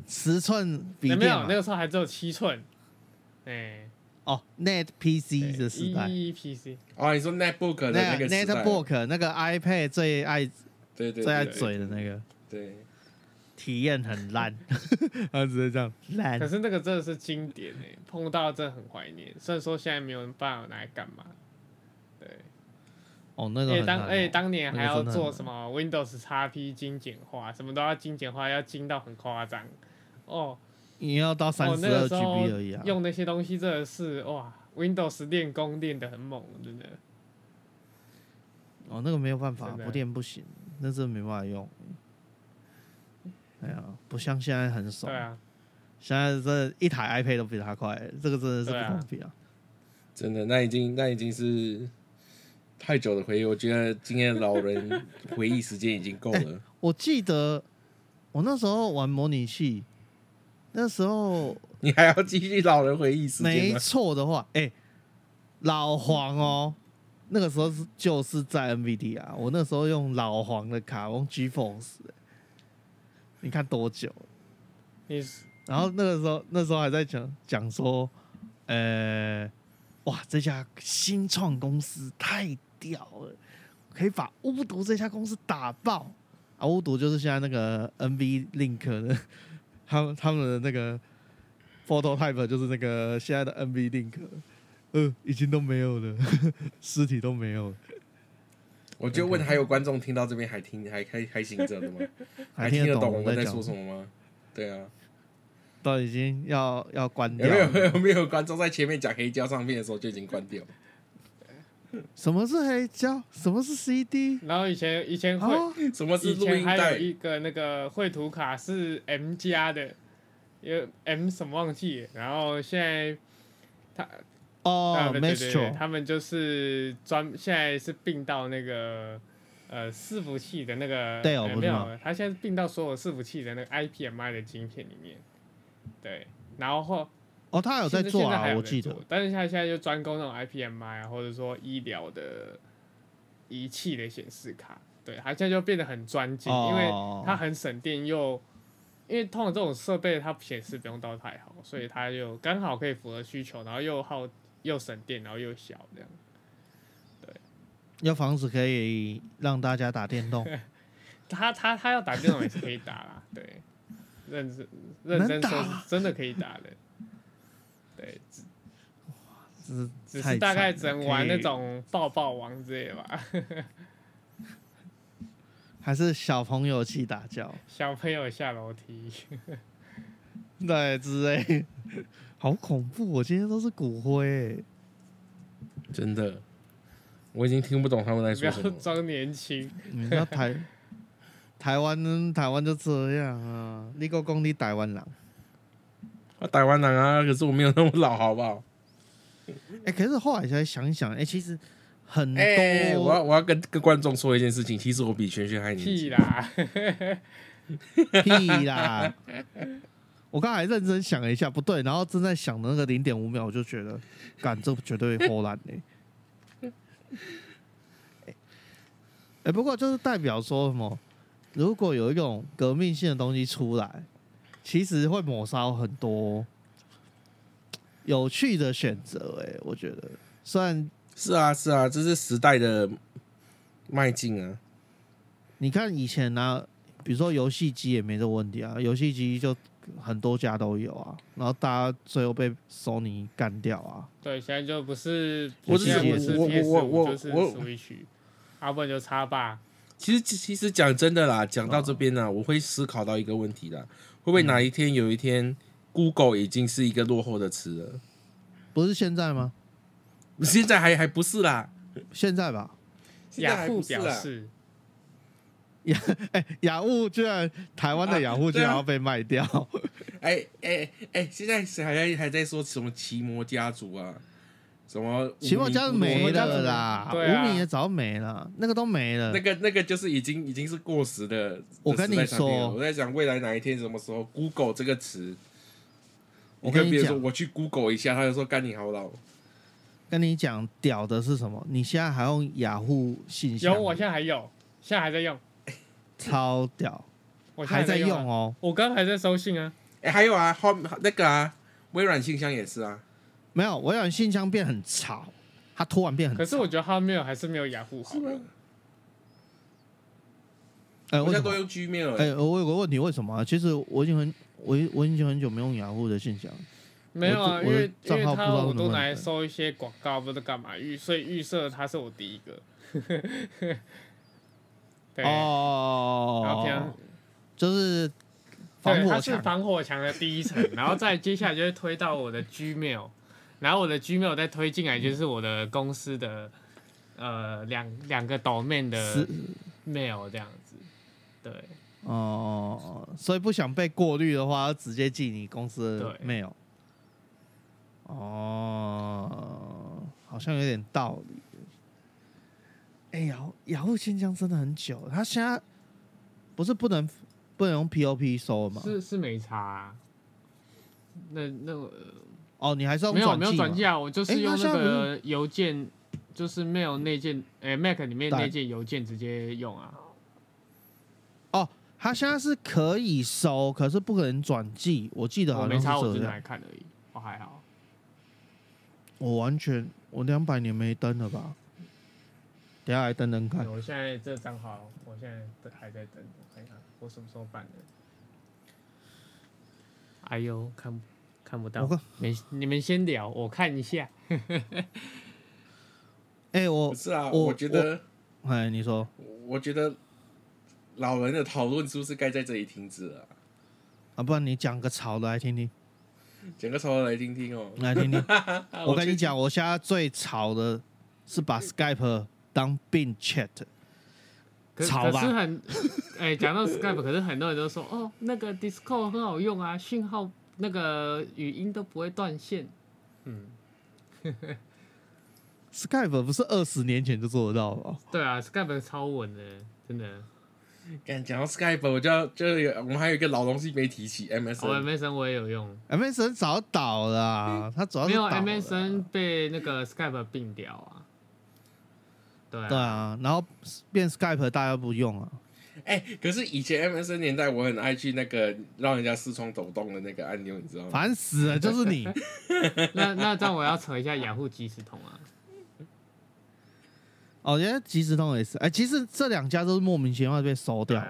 S2: 十寸笔
S4: 哎
S2: 电
S4: 没有
S2: 嘛
S4: 那个时候还只有七寸，哎、
S2: 哦，Net
S4: 对
S2: PC 的时代。
S4: 哎一一 PC，
S3: 啊，你说 Netbook 的
S2: 那
S3: 那个
S2: 个
S3: 时代，
S2: Netbook 那个 iPad 最爱
S3: 对对
S2: 最爱
S3: 对
S2: 嘴的那个
S3: 对，
S2: 体验很烂， 他直接这样烂
S4: 可。是那个真的是经典哎、碰到真的很怀念。虽然说现在没有人办法拿来干嘛，对，
S2: 哦，那
S4: 而
S2: 个
S4: 且
S2: 很烂哦。
S4: 当而且当年还要
S2: 那个真的很
S4: 做
S2: 难
S4: 什么 Windows XP 精简化，什么都要精简化，要精到很夸张。哦，
S2: 你要到三
S4: 哦，
S2: 十
S4: 那个
S2: 二
S4: 时候
S2: GB 而已啊。
S4: 用那些东西真的是哇，Windows 练功练得很猛，真的。
S2: 哦，那个没有办法，
S4: 真的
S2: 不练不行，那真的没办法用。哎呀，不像现在很爽
S4: 对，啊，
S2: 现在这一台 iPad 都比它快，这个真的是
S4: 对
S2: 不
S4: 啊
S2: 同比啊。
S3: 真的，那已经那已经是太久的回忆，我觉得今天的老人回忆时间已经够了。
S2: 我记得我那时候玩模拟器，那时候
S3: 你还要继续老人回忆时间
S2: 没
S3: 吗？
S2: 错的话，哎、老黄哦，那个时候是就是在 NVD 啊，我那时候用老黄的卡，我用 G Force，欸、你看多久？
S4: 你
S2: 然后那个时候那时候还在讲讲说，呃，哇，这家新创公司太屌了，可以把巫毒这家公司打爆啊！巫毒就是现在那个 NV Link 的，他们他们的那个 prototype 就是那个现在的 NV Link，呃，已经都没有了， 尸体都没有了，
S3: 我就问，还有观众听到这边还听还还还醒着的吗？还
S2: 听
S3: 听得
S2: 懂
S3: 我们在说
S2: 讲
S3: 什么吗？对啊，
S2: 都已经要要关
S3: 有
S2: 掉
S3: 没
S2: 了。
S3: 有有没有观众在前面讲黑胶唱片的时候就已经关掉？
S2: 什么是黑胶？什么是 CD？
S4: 然后以前以前
S2: 啊
S4: 会、，
S3: 什么是
S4: 以
S3: 录
S4: 前
S3: 音
S4: 还
S3: 带
S4: 有？一个那个绘图卡是 M 加的，有 M 什么忘记了，然后现在他啊
S2: 哦
S4: 不对对对
S2: ，Mastro，
S4: 他们就是专现在是并到那个呃伺服器的那个
S2: 对哦
S4: 呃
S2: 不
S4: 没
S2: 是吗
S4: 有，他现在并到所有伺服器的那个 IPMI 的晶片里面，对，然后
S2: 哦，他有在
S4: 现在
S2: 做
S4: 现在
S2: 啊
S4: 还，有
S2: 我
S4: 在
S2: 记
S4: 做
S2: 得。
S4: 但是他现在就专攻那种 IPMI 啊，或者说医疗的仪器的显示卡，对，他现在就变得很专精，因为
S2: 哦
S4: 它很省电又，因为通常这种设备它显示不用到太好，所以它就刚好可以符合需求，然后又耗又省电，然后又小这样。
S2: 要防止可以让大家打电 动，
S4: 他他他要打电脑也是可以打啦，对，认真认真说
S2: 能
S4: 是真的可以打的，对，只
S2: 只
S4: 只
S2: 太
S4: 是大
S2: 惨
S4: 概
S2: 了
S4: 只能
S2: 可
S4: 玩那
S2: 以
S4: 种抱抱王之类的吧。
S2: 还是小朋友去打 架，
S4: 小朋友下楼梯，
S2: 对之类，好恐怖！我今天都是骨灰欸，
S3: 真的，我已经听不懂他们在
S4: 不
S3: 说
S4: 要
S3: 什么。
S4: 装年轻。
S2: 你们要 台台湾台湾就这样啊，你个讲你台湾人，
S3: 啊，台湾人啊，可是我没有那么老，好不好？
S2: 哎、可是后来才想一想，哎、其实很多、
S3: 哎、我要我要跟跟观众说一件事情，其实我比轩轩还年
S4: 屁
S3: 轻。
S4: 啦！
S2: 屁啦！我刚才认真想了一下，不对，然后正在想的那个零点五秒，我就觉得，干，这绝对 偷懒呢。哎、不过就是代表说什么？如果有一种革命性的东西出来，其实会抹杀很多有趣的选择。哎，我觉得，虽然
S3: 是啊是啊，这是时代的迈进啊。
S2: 你看以前呢、比如说游戏机也没这个问题啊，游戏机就很多家都有啊，然后大家最后被索尼干掉啊。
S4: 对，现在就不是，
S2: 我
S4: 现在
S2: 只
S4: 不是
S3: 我
S4: PS
S3: 我我
S4: 五就是
S3: 我
S4: Switch，要不然就叉吧。
S3: 其实其实讲真的啦，讲到这边呢、我会思考到一个问题啦，会不会哪一天有一天 Google 已经是一个落后的词了？
S2: 不是现在吗？
S3: 现在还还不是啦，
S2: 现在吧。
S3: 现在
S4: 雅
S3: 还
S4: 虎
S3: 不是啊
S4: 表
S3: 啦。
S4: 示，
S2: 哎、雅虎居然台湾的雅虎居然要被卖掉，
S3: 哎哎哎，现在谁还在还在说什么奇摩家族啊？什么无名
S2: 奇摩家
S3: 无
S2: 就
S3: 名
S2: 没
S4: 家
S2: 了啦，
S4: 对啊
S2: 无名也早没了，那个都没了
S3: 那。个那个就是已经已经是过时的。
S2: 嗯我跟你
S3: 的时代产品了
S2: 说
S3: 我在想未来哪一天什么时候 Google 这个词，
S2: 我
S3: 跟
S2: 跟
S3: 别
S2: 你
S3: 人说
S2: 讲，
S3: 我去 Google 一下，他就说干你好老。
S2: 跟你讲，屌的是什么？你现在还用雅虎信箱？
S4: 有，我现在还有，现在还在用，
S2: 超屌，
S4: 我现
S2: 还
S4: 在
S2: 在
S4: 用啊
S2: 用。哦。
S4: 我刚刚还在收信啊，
S3: 哎、还有啊，Home 那个啊，微软信箱也是啊。
S2: 没有，我想信箱变很潮，它突然变很
S4: 可
S2: 潮。
S4: 是我觉得 Hotmail 还是没有雅虎好用。
S2: 哎、
S3: 我
S2: 为
S3: 现
S2: 什
S3: 在
S2: 么
S3: 都用 Gmail 了、
S2: 哎、我有个问题，为什么啊、其实我已经很我已我已经很久没用雅虎的信箱，
S4: 没有啊，
S2: 我的我
S4: 因
S2: 的
S4: 为因
S2: 账
S4: 为
S2: 号不知
S4: 它
S2: 道
S4: 我
S2: 能不能
S4: 都拿来
S2: 分
S4: 收一些广告，不知道干嘛预，所以预设它是我第一个。 对，然后平
S2: 哦
S4: 常，
S2: 就是防
S4: 对，
S2: 火
S4: 它是
S2: 墙，
S4: 防火墙的第一层，然后再接下来就会推到我的 Gmail，然后我的 Gmail 再推进来就是我的公司的呃两两个 domain 的
S2: 是
S4: mail 这样子。对
S2: 哦，所以不想被过滤的话，直接寄你公司的
S4: 对
S2: mail。哦，好像有点道理。哎、雅虎雅虎信箱真的很久了，它现在不是不能不能用 POP 收了吗？
S4: 是是没差、啊。那那我
S2: 哦，你还是用
S4: 没有
S2: 转
S4: 没有
S2: 寄
S4: 转
S2: 吗
S4: 寄啊，我就
S2: 诶
S4: 是
S2: 那
S4: 用
S2: 现
S4: 那
S2: 在不是
S4: 个邮件，就是 mail 内件，哎、m a c 里面
S2: 对
S4: 内件邮件直接用啊。
S2: 哦，他现在是可以收，可是不可能转寄。我记得
S4: 我
S2: 好
S4: 没
S2: 像
S4: 差，我
S2: 是这
S4: 只是
S2: 样。
S4: 来看而已，我、还好。
S2: 我完全，我两百年没登了吧？等一下来登登看。
S4: 我现在这账号，我现在还在等，我看看我什么时候办的。哎呦，看不看不到
S2: 我看，
S4: 没你们先聊，我看一下。
S2: 哎、我
S3: 不是啊，
S2: 我
S3: 我觉得
S2: 哎，你说
S3: 我觉得老人的讨论是不是该在这里停止了啊、
S2: 啊，不然你讲个潮的来听听，
S3: 讲个潮来听听哦。
S2: 来听 听。
S3: 啊
S2: 我跟
S3: 觉
S2: 你
S3: 得
S2: 讲，我现在最潮的是把
S4: 嗯
S2: Skype 当病 Chat。
S4: 可
S2: 吵
S4: 可
S2: 吧
S4: 是很，哎、讲到 Skype，可是很多人都说，哦，那个 Discord 很好用啊，讯号那个语音都不会断线。
S2: Skype 不是二十年前就做得到哦了吗？
S4: 对啊，Skype 超稳的，真的。
S3: 干讲到 Skype，我就要就有我们还有一个老东西没提起
S4: 我
S3: MSN。
S4: MSN 我也有用，
S2: MSN 早就倒了、啊，它主要
S4: 嗯没
S2: 是倒
S4: 有
S2: 了
S4: MSN 被那个 Skype 并掉啊。对
S2: 对
S4: 啊，
S2: 啊，然后变 Skype 大家不用啊，
S3: 哎、可是以前 MSN 年代，我很爱去那个让人家视窗抖动的那个按钮，你知道吗？
S2: 烦死了，就是 你。
S4: 那那这样我要扯一下雅虎即时通啊。
S2: 哦，原来即时通也是，哎、其实这两家都是莫名其妙被收掉的、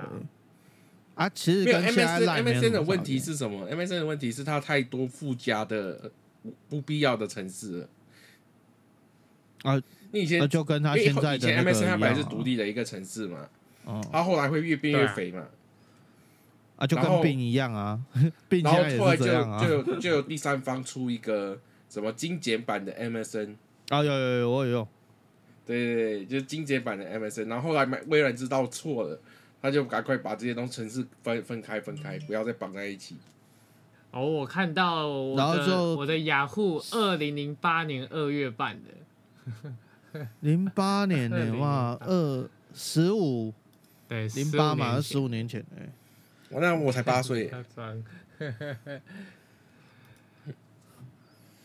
S2: 啊。其实
S3: 没有
S2: 跟现在
S3: MSN
S2: Line 没有什
S3: MSN
S2: 么
S3: 的问
S2: 差
S3: 题
S2: 别
S3: 是什么？MSN 的问题是它太多附加的呃不必要的城市了。
S2: 啊，
S3: 你以前
S2: 那就跟他
S3: 因为
S2: 现在
S3: 以
S2: 的
S3: 前
S2: 那个
S3: MSN 它本来是
S2: 一样啊
S3: 独立的一个城市嘛，
S2: 哦
S3: 它后来会越变
S4: 对
S3: 越
S4: 啊
S3: 肥嘛，
S2: 啊，就
S3: 然后
S2: 跟病一样啊， 病
S3: 然
S2: 现
S3: 后
S2: 在也
S3: 后来
S2: 是
S3: 就
S2: 这样啊
S3: 就。有就有第三方出一个什么精简版的 MSN，
S2: 啊，有有有，我有用。
S3: 对对对，就是精简版的 MSN。然后后来买微软知道错了，他就赶快把这些东西城市分分开分开，不要再绑在一起。
S4: 哦，我看到我
S2: 然后
S4: 的
S2: 就
S4: 我的雅虎二零零八年二月办的，
S2: 零八年 的话，
S4: 2008
S2: 二十五
S4: 对，
S2: 零八嘛，
S4: 十
S2: 十五年前哎、
S3: 我哦那我才八岁，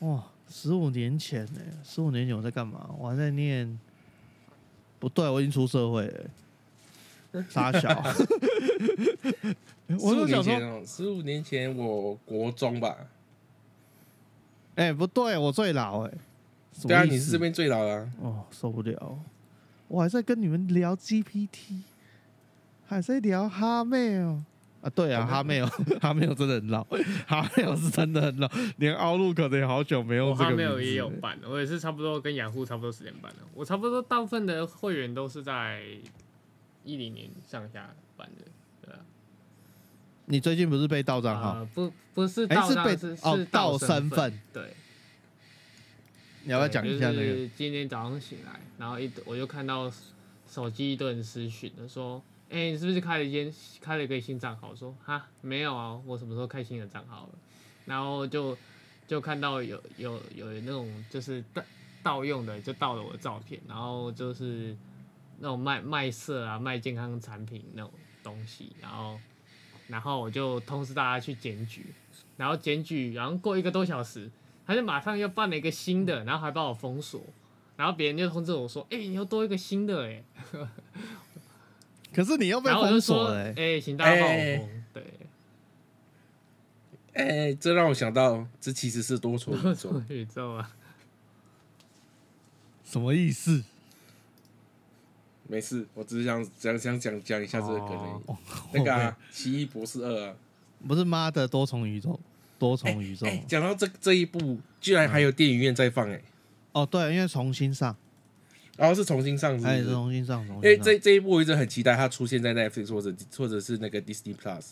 S2: 哇，十五年前呢、十五年前我在干嘛？我还在念，不对，啊我已经出社会了、 傻小。
S3: 十
S2: 我
S3: 五
S2: 就
S3: 年
S2: 想说，
S3: 前哦，十五年前我国中吧，
S2: 哎、不对，我最老哎、什么
S3: 对啊，
S2: 意
S3: 你是
S2: 思
S3: 这边最老的啊，
S2: 哦，受不了，我还在跟你们聊 GPT，还在聊哈妹哦。啊，对啊，哈妹哦，哈妹哦真的很老，哈妹哦是真的很老，连 Outlook 的也好久没
S4: 我
S2: 用这
S4: 还
S2: 个
S3: 哦
S4: 没有
S2: 名
S4: 也
S2: 字
S4: 有
S2: 了
S4: 办，我也是差不多跟雅虎差不多时间办的。我差不多大部分的会员都是在一零年上下办的，对吧？
S2: 你最近不是被盗账号？
S4: 呃，不不是
S2: 哎、
S4: 盗
S2: 是
S4: 账
S2: 被
S4: 是是
S2: 哦盗
S4: 身
S2: 身，份，
S4: 对。
S2: 你要不要讲一下那
S4: 对就
S2: 个？
S4: 是今天早上醒来，然后一我就看到手机一顿私讯，他说：“哎、你是不是开了一间开了一个新账号？”我说：“哈，没有啊，我什么时候开新的账号了？”然后就就看到有有有那种就是盗盗用的，就盗了我的照片，然后就是那种卖卖色啊、卖健康产品那种东西，然后然后我就通知大家去检举，然后检举，然后过一个多小时，他就马上又办了一个新
S2: 嗯
S4: 的，然后还把我封锁，然后别人就通知我说：“哎、你又多一个新的哎、
S2: 可是你又被
S4: 然后我就
S2: 封
S4: 说
S2: 锁：“了、
S4: 哎、
S2: 欸，
S4: 请大家帮我封。
S3: 哎
S4: 对，
S3: 哎、这让我想到，这其实是多重宇 宙。
S4: 宇宙啊，
S2: 什么意思？
S3: 没事，我只是想想想讲讲一下这个梗而已。
S2: 哦
S3: 那个、啊《奇异博士二》啊，
S2: 不是妈的多重宇宙，多重宇宙、
S3: 哎、讲到这这一部，居然还有电影院在放哎、
S2: 哦，对，因为重新上，
S3: 然后是重新上是不
S2: 哎，
S3: 是？
S2: 重新上，重
S3: 因为
S2: 新上。
S3: 这这一部我一直很期待它出现在 Netflix 或者或者是那个 Disney Plus。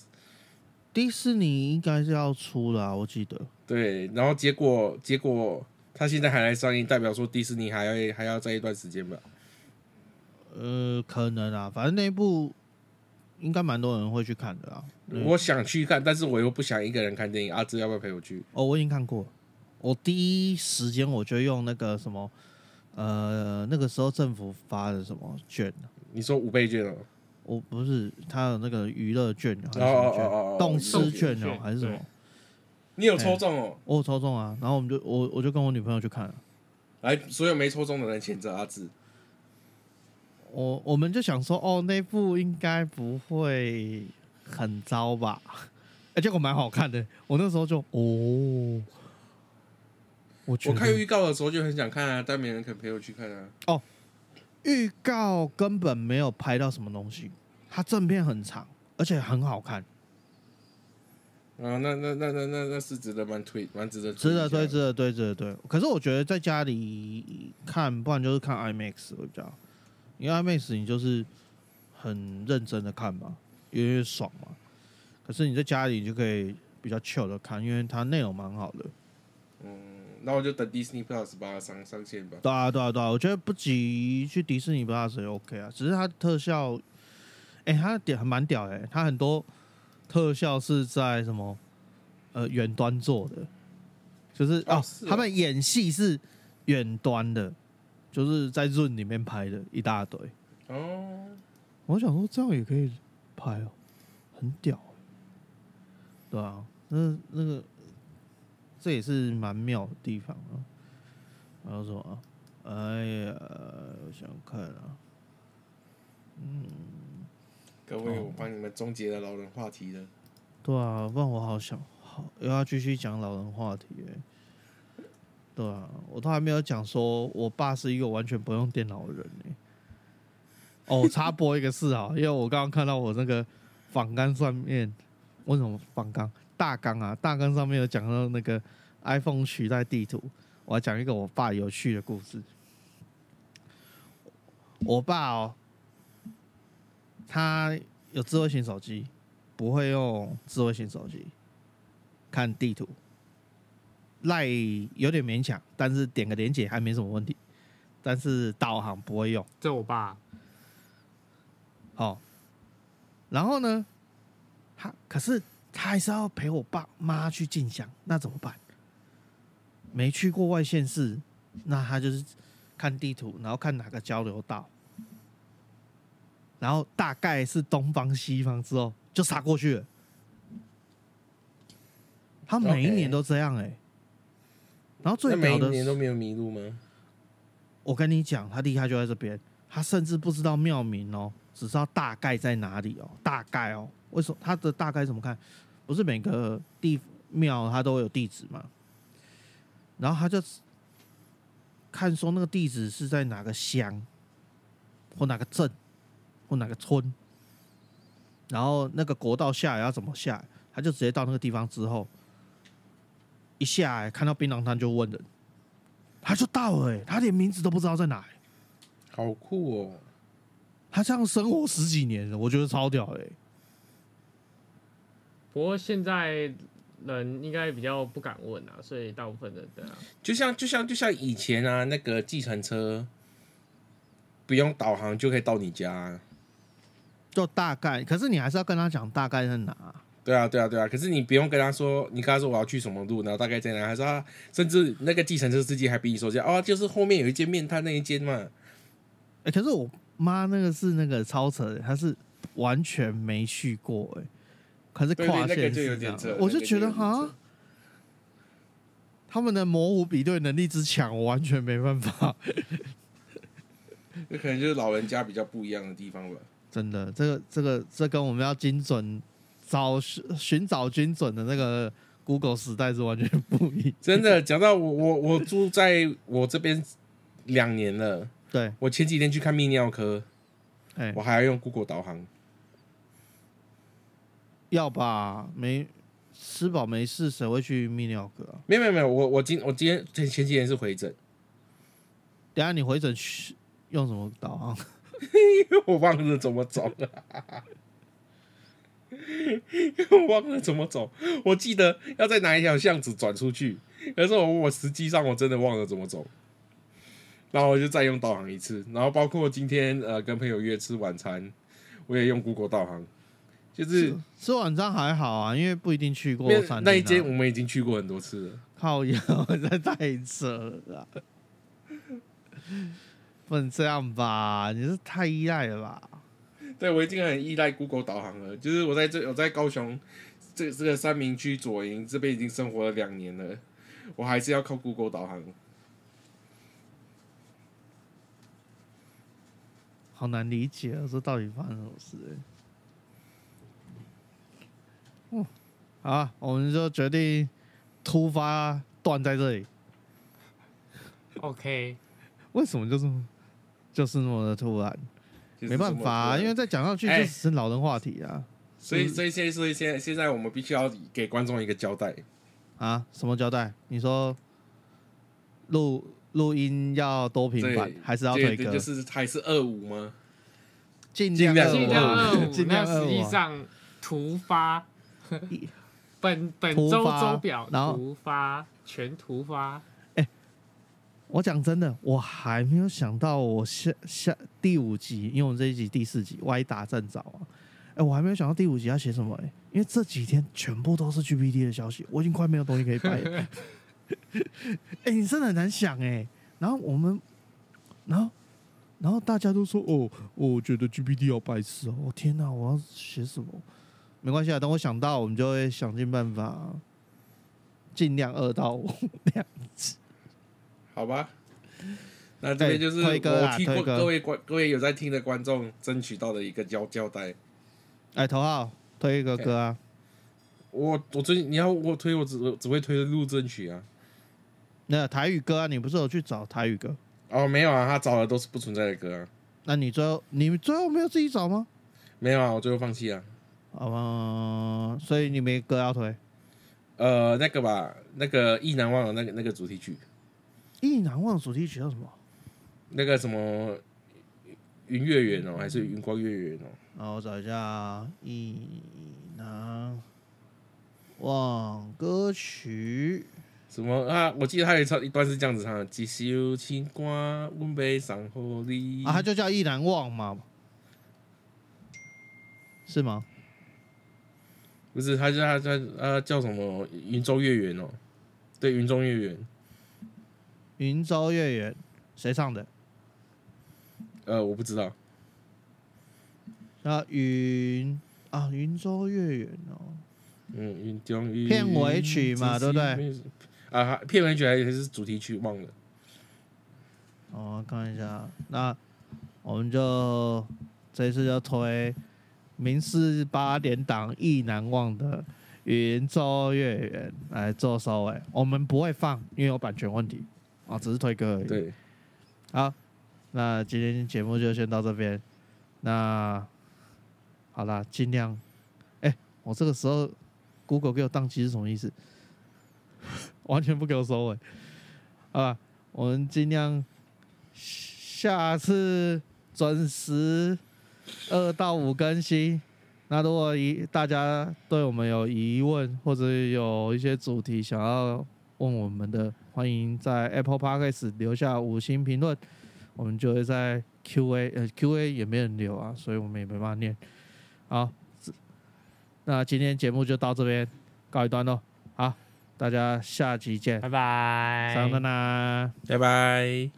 S2: 迪士尼应该是要出了、啊，我记得。
S3: 对，然后结果结果它现在还来上映，代表说迪士尼还要还要在一段时间吧。
S2: 呃，可能啊，反正那一部应该蛮多人会去看的啦。嗯
S3: 我想去看，但是我又不想一个人看电影。阿志要不要陪我去？
S2: 哦，我已经看过了，我第一时间我就用那个什么，呃，那个时候政府发的什么券啊，
S3: 你说五倍券哦，
S2: 我不是他有那个娱乐券还是什
S3: 哦
S2: 么
S3: 哦哦哦哦
S2: 券，动
S3: 动
S2: 吃
S3: 吃
S2: 券哦
S4: 券
S2: 还是什么
S4: 对，
S3: 你
S2: 嗯
S3: 有抽中哦？
S2: 我有抽中啊，然后我们就我我就跟我女朋友去看了，
S3: 来，所有没抽中的人谴责阿志。
S2: 我我们就想说，哦，那部应该不会很糟吧？ 哎、结果蛮好看的，我那时候就哦，我觉得
S3: 我看预告的时候就很想看啊，但没人肯陪我去看啊。
S2: 预告根本没有拍到什么东西，它正片很长，而且很好看，
S3: 啊，那那那那那那是值得蛮推，蛮值得推
S2: 值得啊
S3: 一下
S2: 对，值得对，值得对。可是我觉得在家里看，不然就是看 IMAX 会比较好，因为 IMAX 你就是很认真的看嘛，因为爽嘛。可是你在家里你就可以比较 chill 的看，因为它内容蛮好的。
S3: 嗯那我就等 Disney Plus 把它上上线吧。
S2: 对啊，对啊，对啊，我觉得不急去迪士尼 Plus 也 OK 啊，只是它的特效，哎、它的点还蛮屌哎、它很多特效是在什么呃远端做的，就是
S3: 哦
S2: 哦，
S3: 是哦
S2: 他们演戏是远端的，就是在润里面拍的一大堆。
S3: 哦，
S2: 我想说这样也可以拍哦，很屌欸、对啊，那那个这也是蛮妙的地方啊。然后说啊，哎呀，我想看啊，
S3: 各位，我帮你们终结了老人话题了。
S2: 对啊，不然我好想好又要继续讲老人话题哎、对啊，我都还没有讲说我爸是一个完全不用电脑的人哎、哦，插播一个事啊，因为我刚刚看到我那个访纲上面，为什么访纲大纲啊？大纲上面有讲到那个 iPhone 取代地图，我要讲一个我爸有趣的故事。我爸哦，他有智慧型手机，不会用智慧型手机看地图，赖有点勉强，但是点个连接还没什么问题。但是导航不会用，
S4: 这我爸
S2: 哦，然后呢，他可是他还是要陪我爸妈去进香，那怎么办？没去过外县市，那他就是看地图，然后看哪个交流道，然后大概是东方西方之后就杀过去了。他每一
S3: OK
S2: 年都这样哎、然后最
S3: 那每
S2: 屌
S3: 一
S2: 的
S3: 年
S2: 是
S3: 都没有迷路吗？
S2: 我跟你讲，他厉害就在这边，他甚至不知道庙名哦，只知道大概在哪里哦，大概哦。为什么他的大概怎么看？不是每个地庙它都有地址嘛？然后他就看说那个地址是在哪个乡，或哪个镇，或哪个村，然后那个国道下来要怎么下来，他就直接到那个地方之后，一下来看到槟榔摊就问人。他就到了、欸，他连名字都不知道在哪、欸
S3: 好酷哦！
S2: 他这样生活十几年了，我觉得超屌哎、欸
S5: 不过现在人应该比较不敢问啊，所以大部分的对啊，
S3: 就像就像就像以前啊，那个计程车不用导航就可以到你家啊、
S2: 就大概。可是你还是要跟他讲大概在哪、
S3: 对啊，对啊，对啊。可是你不用跟他说，你跟他说我要去什么路，然后大概在哪，还是他啊甚至那个计程车司机还比你说一下，哦，就是后面有一间面摊那一间嘛。
S2: 哎、可是我妈那个是那个超扯的，她是完全没去过哎、欸可是
S3: 对
S2: 跨
S3: 对那
S2: 县
S3: 个就有
S2: 市这
S3: 点
S2: 样啊
S3: 扯，
S2: 我
S3: 那
S2: 就
S3: 个
S2: 觉
S3: 有
S2: 得
S3: 点扯
S2: 哈，他们的模糊比对能力之强，我完全没办法。
S3: 那可能就是老人家比较不一样的地方吧。
S2: 真的，这个这个这跟我们要精准找寻寻找精准的那个 Google 时代是完全不一样。
S3: 真的，讲到我我我住在我这边两年了，
S2: 对，
S3: 我前几天去看泌尿科，
S2: 哎、
S3: 我还要用 Google 导航。
S2: 要吧？没吃饱没事，谁会去泌尿科啊？
S3: 没有没有没有，我我今我今天前前几天是回诊，
S2: 等一下你回诊去用什么啊导航？
S3: 我忘了怎么走 了，我忘了怎么走。我记得要在哪一条巷子转出去，可是我我实际上我真的忘了怎么走。然后我就再用导航一次，然后包括今天呃跟朋友约吃晚餐，我也用 Google 导航，就是
S2: 吃晚餐还好啊，因为不一定去过
S3: 因为
S2: 餐厅啊、
S3: 那一间我们已经去过很多次了。
S2: 靠腰， 这太扯了 啊、不能这样吧？你是太依赖了吧？
S3: 对，我已经很依赖 Google 导航了。就是我在这，我在高雄这这个三明区左营这边已经生活了两年了，我还是要靠 Google 导航。
S2: 好难理解啊，这到底发生什么事、欸？嗯，好啊，我们就决定突发断在这里。
S4: OK，
S2: 为什么就是就是那么的突然？
S3: 就是
S2: 没办法啊、
S3: 这么多
S2: 因为再讲下去就
S3: 哎
S2: 只是老人话题啊、
S3: 所以所以现在所以现在现在我们必须要给观众一个交代。
S2: 啊！什么交代？你说录录音要多频繁
S3: 对，
S2: 还是要
S3: 对
S2: 推
S3: 对，
S2: 歌
S3: 就？是还是二五吗？
S2: 尽
S3: 尽量
S2: 二
S4: 尽
S2: 五
S4: 量二
S2: 啊
S4: 五，
S2: 尽
S4: 那
S2: 量二
S4: 实
S2: 五
S4: 际
S2: 啊。
S4: 上突 发，本本
S2: 突
S4: 周
S2: 发
S4: 周表
S2: 然后
S4: 突发全突发，
S2: 我讲真的，我还没有想到我下下第五集，因为我们这一集第四集歪打正着啊。哎、我还没有想到第五集要写什么哎、因为这几天全部都是 GPT 的消息，我已经快没有东西可以拍了。 哎、你真的很难想哎、然后我们，然后，然后大家都说哦，我觉得 GPT 要白痴哦，我天哪，我要写什么？没关系啊，等我想到，我们就会想尽办法，尽量二到五两集。
S3: 好吧。那这边就是
S2: 对推歌啊
S3: 我替
S2: 推歌
S3: 各位观各位有在听的观众争取到的一个交交代。
S2: 哎，头号推一个歌啊！
S3: 我我最近你要我推我只我只会推陆正曲啊。
S2: 那台语歌啊，你不是有去找台语歌？
S3: 哦，没有啊，他找的都是不存在的歌啊。
S2: 那你最后你最后没有自己找吗？
S3: 没有啊，我最后放弃啊。
S2: 啊、哦所以你没歌要推。
S3: 呃，那个吧，那个意难忘的那个那个主题曲，
S2: 意难忘的主题曲叫什么？
S3: 那个什么云月圆哦，还是云光月圆哦？
S2: 然后我找一下啊意难忘歌曲。
S3: 什么啊？我记得他有一唱一段是这样子唱的：一首情歌，阮悲送互你。
S2: 啊，它就叫意难忘嘛，是吗？
S3: 不是，他叫他他他叫什么？云州月圆哦，对，云中月圆。
S2: 云州月圆，谁唱的？
S3: 呃，我不知道，
S2: 啊，云啊，云州月圆哦，
S3: 嗯，云中月
S2: 片尾曲嘛对不对？
S3: 啊，片尾曲还还是主题曲忘了。
S2: 哦，看一下，那我们就这一次就推明视八点档《意难忘》的《云州月圆》来做收尾。我们不会放，因为有版权问题啊、哦，只是推歌而已。
S3: 对，
S2: 好，那今天节目就先到这边。那好啦，尽量。哎、我这个时候 Google 给我宕机是什么意思？ 完全不给我收尾。好吧，啊我们尽量下次准时二到五更新。那如果疑大家对我们有疑问，或者有一些主题想要问我们的，欢迎在 Apple Podcast 留下五星评论，我们就会在 Q&A，呃，Q&A 也没人留啊，所以我们也没办法念。好，那今天节目就到这边告一段落。好，大家下集见，
S4: 拜拜，
S2: 上灯啦。
S3: 拜拜。